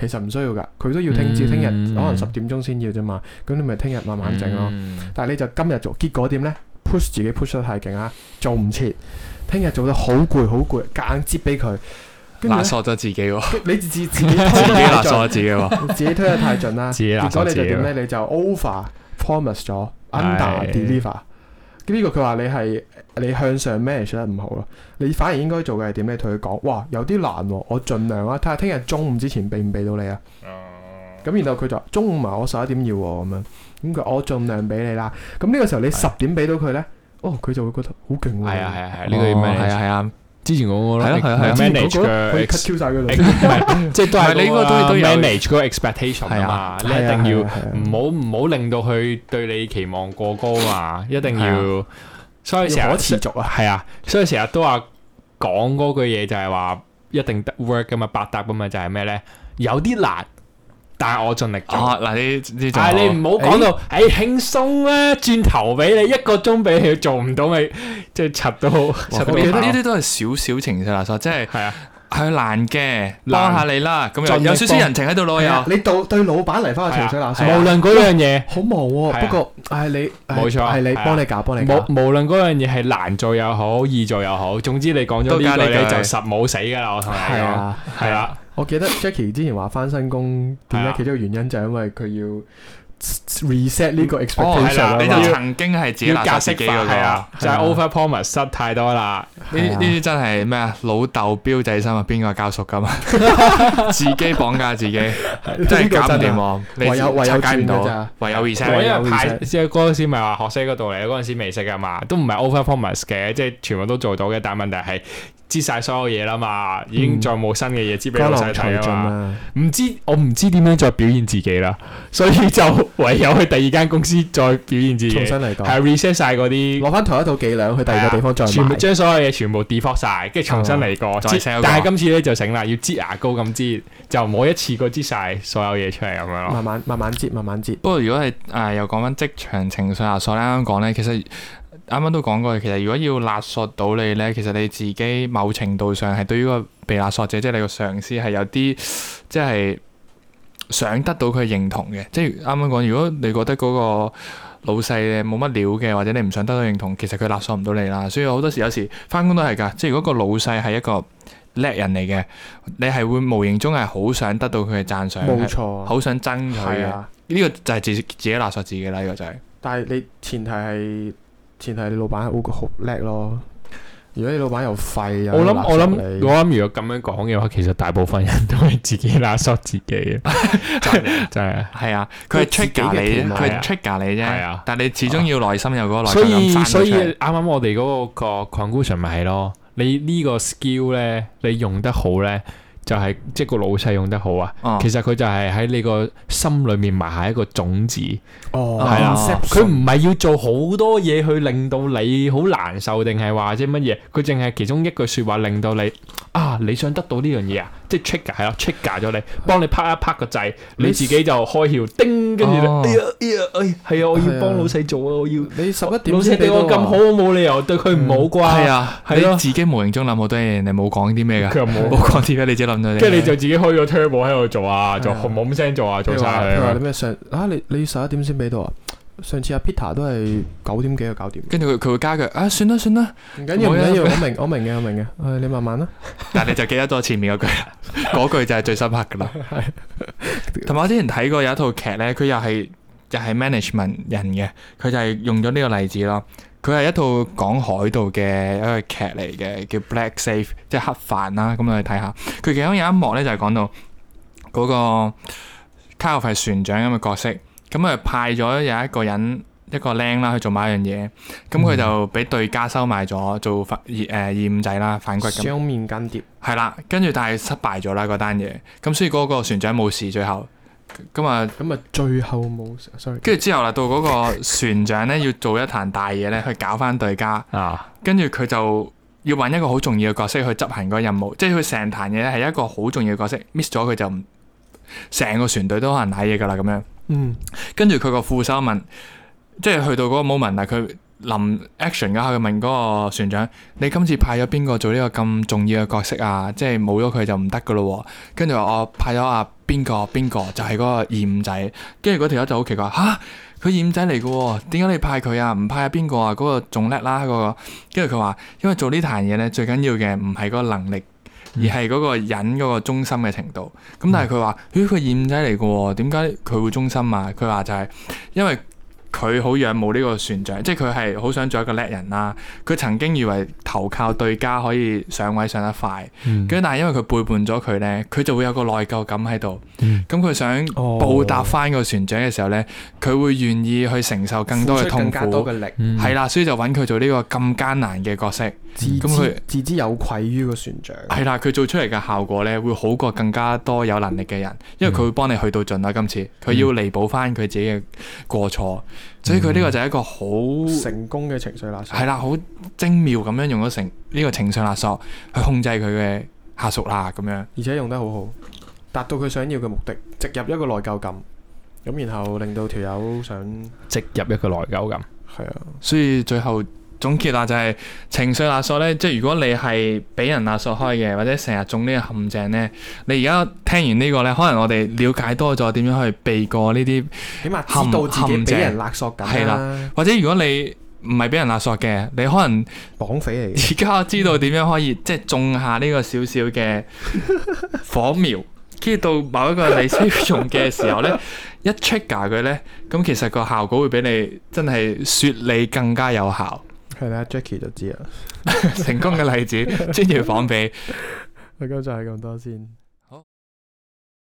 Speaker 3: 其實唔需要噶，佢都要聽朝，
Speaker 2: 嗯
Speaker 3: 聽日可能十點鐘先要啫嘛。咁你咪聽日慢慢整咯。
Speaker 2: 嗯
Speaker 3: 但係你就今日做，結果點呢 p u s h 自己 push 得太勁啦，做唔切。聽日做得好攰，好攰，夾硬接俾佢。跟住
Speaker 1: 勒
Speaker 3: 呢
Speaker 1: 索咗自己喎，
Speaker 3: 跟你自自自 己推
Speaker 1: 自己
Speaker 3: 得
Speaker 1: 勒
Speaker 3: 太盡，
Speaker 1: 索咗自己 喎。
Speaker 3: 自己推得太盡啦。
Speaker 2: 自己勒
Speaker 3: 結果
Speaker 2: 索
Speaker 3: 你
Speaker 2: 自
Speaker 3: 就
Speaker 2: 己
Speaker 3: 點
Speaker 2: 咯。
Speaker 3: 咧？你就 over promise 咗
Speaker 2: 係
Speaker 3: under deliver。呢個佢話你係你向上 manage 得唔好咯，你反而應該做嘅係點咧？你同佢講，哇，有啲難喎、我盡量啊啦、睇下聽日中午之前俾唔俾到你啊。咁然後佢就話中午啊，我十一點要喎咁樣，咁佢我盡量俾你啦。咁呢個時候你十點俾到佢咧，哦，佢就會覺得好勁喎。
Speaker 2: 啊係啊係啊係，
Speaker 1: 呢
Speaker 2: 呢
Speaker 1: 個要
Speaker 2: 個要
Speaker 1: 咩？係
Speaker 2: manage。
Speaker 1: 啊係啊。
Speaker 2: 之前講過咯，
Speaker 1: 係咯係咯係咯
Speaker 3: 之前嗰
Speaker 2: manage
Speaker 3: 個可以
Speaker 2: 嘅
Speaker 3: cut
Speaker 2: ex-
Speaker 3: Q 晒佢
Speaker 2: 唔
Speaker 3: 啦。
Speaker 2: 係，即係都係
Speaker 1: 唔係你嗰個都都有
Speaker 2: manage 嗰個 expectation 啊嘛，你
Speaker 3: 係啊
Speaker 2: 一定要
Speaker 3: 係啊係啊
Speaker 2: 唔好唔好令到佢對你期望過高嘛，一定
Speaker 1: 係
Speaker 2: 要，所以成
Speaker 3: 要
Speaker 2: 日
Speaker 3: 可持續啊，
Speaker 2: 係啊，所以成日都話講嗰句嘢就係話一定得 work 噶嘛，百搭噶嘛，就係咩咧？有啲難，但係我盡力做。
Speaker 3: 啊
Speaker 1: 哦，嗱呢呢就
Speaker 2: 唉，你唔好講到，唉輕鬆啦，轉頭俾你一個鐘俾佢做唔到咪，即係柒到柒到
Speaker 1: 我記得
Speaker 2: 爆
Speaker 1: 呢啲都係少少情緒勒索，即係
Speaker 2: 係啊，
Speaker 1: 係難嘅，
Speaker 2: 難
Speaker 1: 幫下你啦。咁
Speaker 2: 盡
Speaker 1: 有
Speaker 2: 力
Speaker 1: 有少少
Speaker 2: 幫
Speaker 1: 人情喺度咯，
Speaker 3: 係
Speaker 1: 又
Speaker 3: 啊你對對老闆嚟翻個情緒勒索
Speaker 2: 哦係啊，無論嗰樣嘢，
Speaker 3: 好忙
Speaker 2: 係
Speaker 3: 喎。
Speaker 2: 啊
Speaker 3: 不過唉，你唉
Speaker 2: 冇錯
Speaker 3: 係你
Speaker 2: 係啊
Speaker 3: 幫你搞，幫你搞。
Speaker 2: 無無論嗰樣嘢係難做又好，易做又好，總之你講咗
Speaker 1: 都加
Speaker 2: 呢句
Speaker 1: 呢句
Speaker 2: 咧就實冇死噶啦，我同你
Speaker 3: 係
Speaker 2: 講，
Speaker 3: 啊，
Speaker 2: 係啦，
Speaker 3: 我記得 Jackie 之前話翻新工點
Speaker 2: 係
Speaker 3: 解
Speaker 2: 啊
Speaker 3: 其中一個原因就係因為佢要 reset 呢個
Speaker 1: 哦係
Speaker 3: expectation
Speaker 1: 啦，
Speaker 3: 啊
Speaker 1: 你
Speaker 3: 嘛
Speaker 1: 就曾經係自己勒
Speaker 2: 要
Speaker 1: 索
Speaker 2: 格
Speaker 1: 自
Speaker 2: 式
Speaker 1: 己
Speaker 2: 化
Speaker 1: 嗰個
Speaker 2: 係啊，就係
Speaker 3: 係啊
Speaker 2: over promise 失太多啦，
Speaker 1: 呢啲
Speaker 3: 係啊
Speaker 1: 呢啲真係咩啊？老豆標仔心啊，邊個教熟噶嘛？自己綁架自己，真係搞唔掂喎！你
Speaker 3: 啊唯有唯有
Speaker 1: 拆解唔
Speaker 3: 轉㗎
Speaker 1: 到
Speaker 3: 咋，
Speaker 1: 唯有 reset
Speaker 2: 因
Speaker 3: 唯有
Speaker 2: 為派
Speaker 3: reset
Speaker 2: 即係嗰陣時咪話學識嗰道理，嗰陣時未識噶嘛，都唔係 over promise 嘅，即係全部都做到嘅，但係問題係知晒所有嘢啦嘛，已經再冇新嘅嘢知俾
Speaker 3: 江
Speaker 2: 老
Speaker 3: 郎
Speaker 2: 細
Speaker 3: 才
Speaker 2: 睇
Speaker 3: 盡
Speaker 2: 啊嘛。
Speaker 3: 啊！
Speaker 2: 唔知我唔知點樣再表現自己啦，所以就唯有去第二間公司再表現自己，
Speaker 3: 重
Speaker 2: 係
Speaker 3: 新嚟講，
Speaker 2: reset 晒嗰啲，
Speaker 3: 攞翻同一套伎倆去第二個地方再
Speaker 2: 啊全部
Speaker 3: 賣。
Speaker 2: 將所有嘢全部 default 晒，跟住重新嚟過。
Speaker 1: 再
Speaker 2: 擠
Speaker 1: sell 過
Speaker 2: 哦但係今次咧就醒啦，要擠牙膏咁擠，就冇一次過擠晒所有嘢出嚟咁樣咯。
Speaker 3: 慢慢慢慢接，慢慢接。
Speaker 1: 不過如果係誒又講翻職場情緒勒索咧，啱啱講咧，其實啱啱都講過，其實如果要勒索到你咧，其實你自己某程度上係對於個被勒索者，即係你個上司係有啲即係想得到佢認同嘅，即係啱啱講，如果你覺得嗰個老細冇乜料嘅，或者你唔想得到認同，其實佢勒索唔到你啦。所以好多時有時翻工都係㗎，即係如果個老細係一個叻人嚟嘅，你係會無形中係好想得到佢嘅讚
Speaker 2: 啊
Speaker 1: 賞，
Speaker 3: 冇
Speaker 1: 係
Speaker 3: 錯，
Speaker 1: 好想爭取
Speaker 3: 係
Speaker 1: 嘅。
Speaker 3: 啊。
Speaker 1: 呢個就係自自己勒索自己啦，呢個就係。
Speaker 3: 但係你前提係前提，你老闆好好叻咯。如果你老闆又廢又
Speaker 2: 我諗
Speaker 3: 垃圾
Speaker 2: 我
Speaker 3: 你
Speaker 2: 諗我諗，如果咁樣講嘅話，其實大部分人都係自己勒索 自己嘅，真係真係。
Speaker 1: 係啊，佢係
Speaker 3: 佢自己
Speaker 1: trigger
Speaker 3: 嘅期
Speaker 1: 你啫，
Speaker 3: 望
Speaker 1: 佢
Speaker 2: 係啊
Speaker 1: 係 trigger 你
Speaker 2: 係
Speaker 1: 啫
Speaker 2: 啊。
Speaker 1: 但你始終要內心有嗰個內
Speaker 2: 所
Speaker 1: 疚
Speaker 2: 以
Speaker 1: 感
Speaker 2: 所
Speaker 1: 翻
Speaker 2: 以
Speaker 1: 出嚟。
Speaker 2: 啱啱我哋嗰個 conclusion 咪係咯，你呢個 skill 咧，你用得好咧，就係即係個老細用得好啊。
Speaker 1: 哦
Speaker 2: 其實佢就係喺你個心裏面埋下一個種子，
Speaker 3: 哦，
Speaker 1: 係啊
Speaker 3: conception
Speaker 2: 佢唔係要做好多嘢去令到你好難受，定係話即係乜嘢？佢淨係其中一句説話令到你啊，你想得到呢樣嘢啊，即係 trigger 係啦，trigger 咗你，幫你拍一拍個掣，你自己就開竅，叮，跟住你，
Speaker 1: 哦
Speaker 2: 哎呀哎呀，哎係啊，我
Speaker 3: 係啊
Speaker 2: 要幫老細做啊，我要。
Speaker 3: 你十一點
Speaker 2: 老
Speaker 3: 先
Speaker 2: 細對
Speaker 3: 俾
Speaker 2: 我
Speaker 3: 到
Speaker 2: 咁好，我冇理由對佢唔好啩。
Speaker 1: 係，啊，
Speaker 2: 係咯
Speaker 1: 你自己無形中諗好多嘢，你冇講啲咩㗎
Speaker 2: 佢。又
Speaker 1: 冇
Speaker 2: 冇，
Speaker 1: 講啲咩，你自己諗咗啲咩。
Speaker 2: 跟住你就自己開咗 turbo 喺度做啊，做冇冇聲做啊，
Speaker 3: 譬
Speaker 2: 做
Speaker 3: 如話譬
Speaker 2: 晒
Speaker 3: 如話你
Speaker 2: 佢。
Speaker 3: 咩上啊？你你十一點先俾到啊？上次阿 Peter 都係九點幾就搞掂，
Speaker 1: 跟住佢佢會加佢啊，算啦算啦，
Speaker 3: 唔緊要唔
Speaker 1: 冇啊
Speaker 3: 緊要，我明我明嘅我明嘅，唉你慢慢啦。
Speaker 1: 但你就記得咗前面嗰句啦，嗰句就係最深刻噶啦。同埋我之前睇過有一套劇咧，佢又係又係 management 人嘅，佢就係用咗呢個例子咯。佢係一套講海盜嘅一個劇嚟嘅，叫 Black Safe，即係黑帆啦。咁我哋睇下，佢其中有一幕咧就係講到嗰個卡洛係船長咁嘅角色，咁啊派咗有一個人一個僆啦去做某一樣嘢，咁佢就俾對家收買咗做反誒二五仔啦，反骨咁。
Speaker 3: 雙面間諜，
Speaker 1: 係啦，跟住但係失敗咗啦嗰單嘢，咁所以嗰個船長冇事最後，咁啊，
Speaker 3: 咁啊最後冇，sorry，
Speaker 1: 跟住之後啦，到嗰個船長咧要做一壇大嘢咧，去搞翻對家，
Speaker 2: 啊，
Speaker 1: 跟住佢就要揾一個好重要嘅角色去執行嗰個任務，即係佢成壇嘢咧係一個好重要嘅角色，miss 咗佢就唔成個船隊都可能瀨嘢噶啦咁樣。
Speaker 3: 嗯，
Speaker 1: 跟住佢個副手問，即係去到嗰個 moment 啊，佢臨 action 嗰下，佢問嗰個船長：你今次派咗邊個做呢個咁重要嘅角色啊？即係冇咗佢就唔得噶咯喎。跟住話我派咗啊邊個邊個，就係嗰個二五仔。跟住嗰條友就好奇怪吓，佢二五仔嚟嘅喎，點解你派佢啊？唔派啊邊個啊？嗰、個仲叻啦嗰個。跟住佢話，因為做呢壇嘢咧，最緊要嘅唔係嗰個能力。而
Speaker 2: 嗯
Speaker 1: 係嗰個人嗰個忠心嘅程度，咁
Speaker 3: 嗯
Speaker 1: 但係佢話：咦，佢二五仔嚟嘅喎，點解佢會忠心啊？佢話就係因為佢好仰慕呢個船長，即係佢係好想做一個叻人啦。佢曾經以為投靠對家可以上位上得快，
Speaker 3: 嗯
Speaker 1: 跟
Speaker 2: 跟
Speaker 1: 住但係因為佢背叛咗佢呢，佢就會有個內疚感喺度。
Speaker 2: 嗯
Speaker 1: 咁佢想
Speaker 3: 哦
Speaker 1: 報答翻個船長嘅時候呢，佢會願意去承受更多嘅
Speaker 3: 付出
Speaker 1: 痛
Speaker 3: 更加多
Speaker 1: 苦。
Speaker 3: 嘅力，
Speaker 2: 嗯
Speaker 1: 係啦，所以就揾佢做呢個咁艱難嘅角色。
Speaker 3: 自
Speaker 1: 咁佢
Speaker 3: 知自知有愧於個船長，
Speaker 1: 係啦，佢做出嚟嘅效果咧，會好過更加多有能力嘅人，因為佢會幫你去到盡啦。今次佢要彌補翻佢自己嘅過錯，所以佢呢個就係一個好
Speaker 3: 成功嘅情緒勒索
Speaker 1: 係，啦，好精妙咁樣用咗成呢個情緒勒索去控制佢嘅下屬啦，咁樣
Speaker 3: 而且用得好好，達到佢想要嘅目的，植入一個內疚感，咁然後令到條友想
Speaker 2: 植入一個內疚感。
Speaker 3: 係啊，
Speaker 1: 所以最後總結啦，就係情緒勒索咧，即係如果你係俾人勒索開嘅，或者成日中呢個陷阱咧，你而家聽完呢個咧，可能我哋了解多咗點樣去避過呢啲。
Speaker 3: 起碼知道自己
Speaker 1: 陷
Speaker 3: 俾
Speaker 1: 阱
Speaker 3: 人勒索緊
Speaker 1: 係
Speaker 3: 啦，
Speaker 1: 或者如果你唔係俾人勒索嘅，你可能
Speaker 3: 綁匪嚟嘅。
Speaker 1: 而家知道點樣可以即係種下呢個少少嘅火苗，跟住到某一個你需要用嘅時候呢， 一 trigger 佢呢，咁其實個效果會比你真係雪你更加有效。
Speaker 3: 係啦，Jackie 就知啦。
Speaker 1: 成功嘅例子，專業仿比。
Speaker 3: 咁就係咁多先。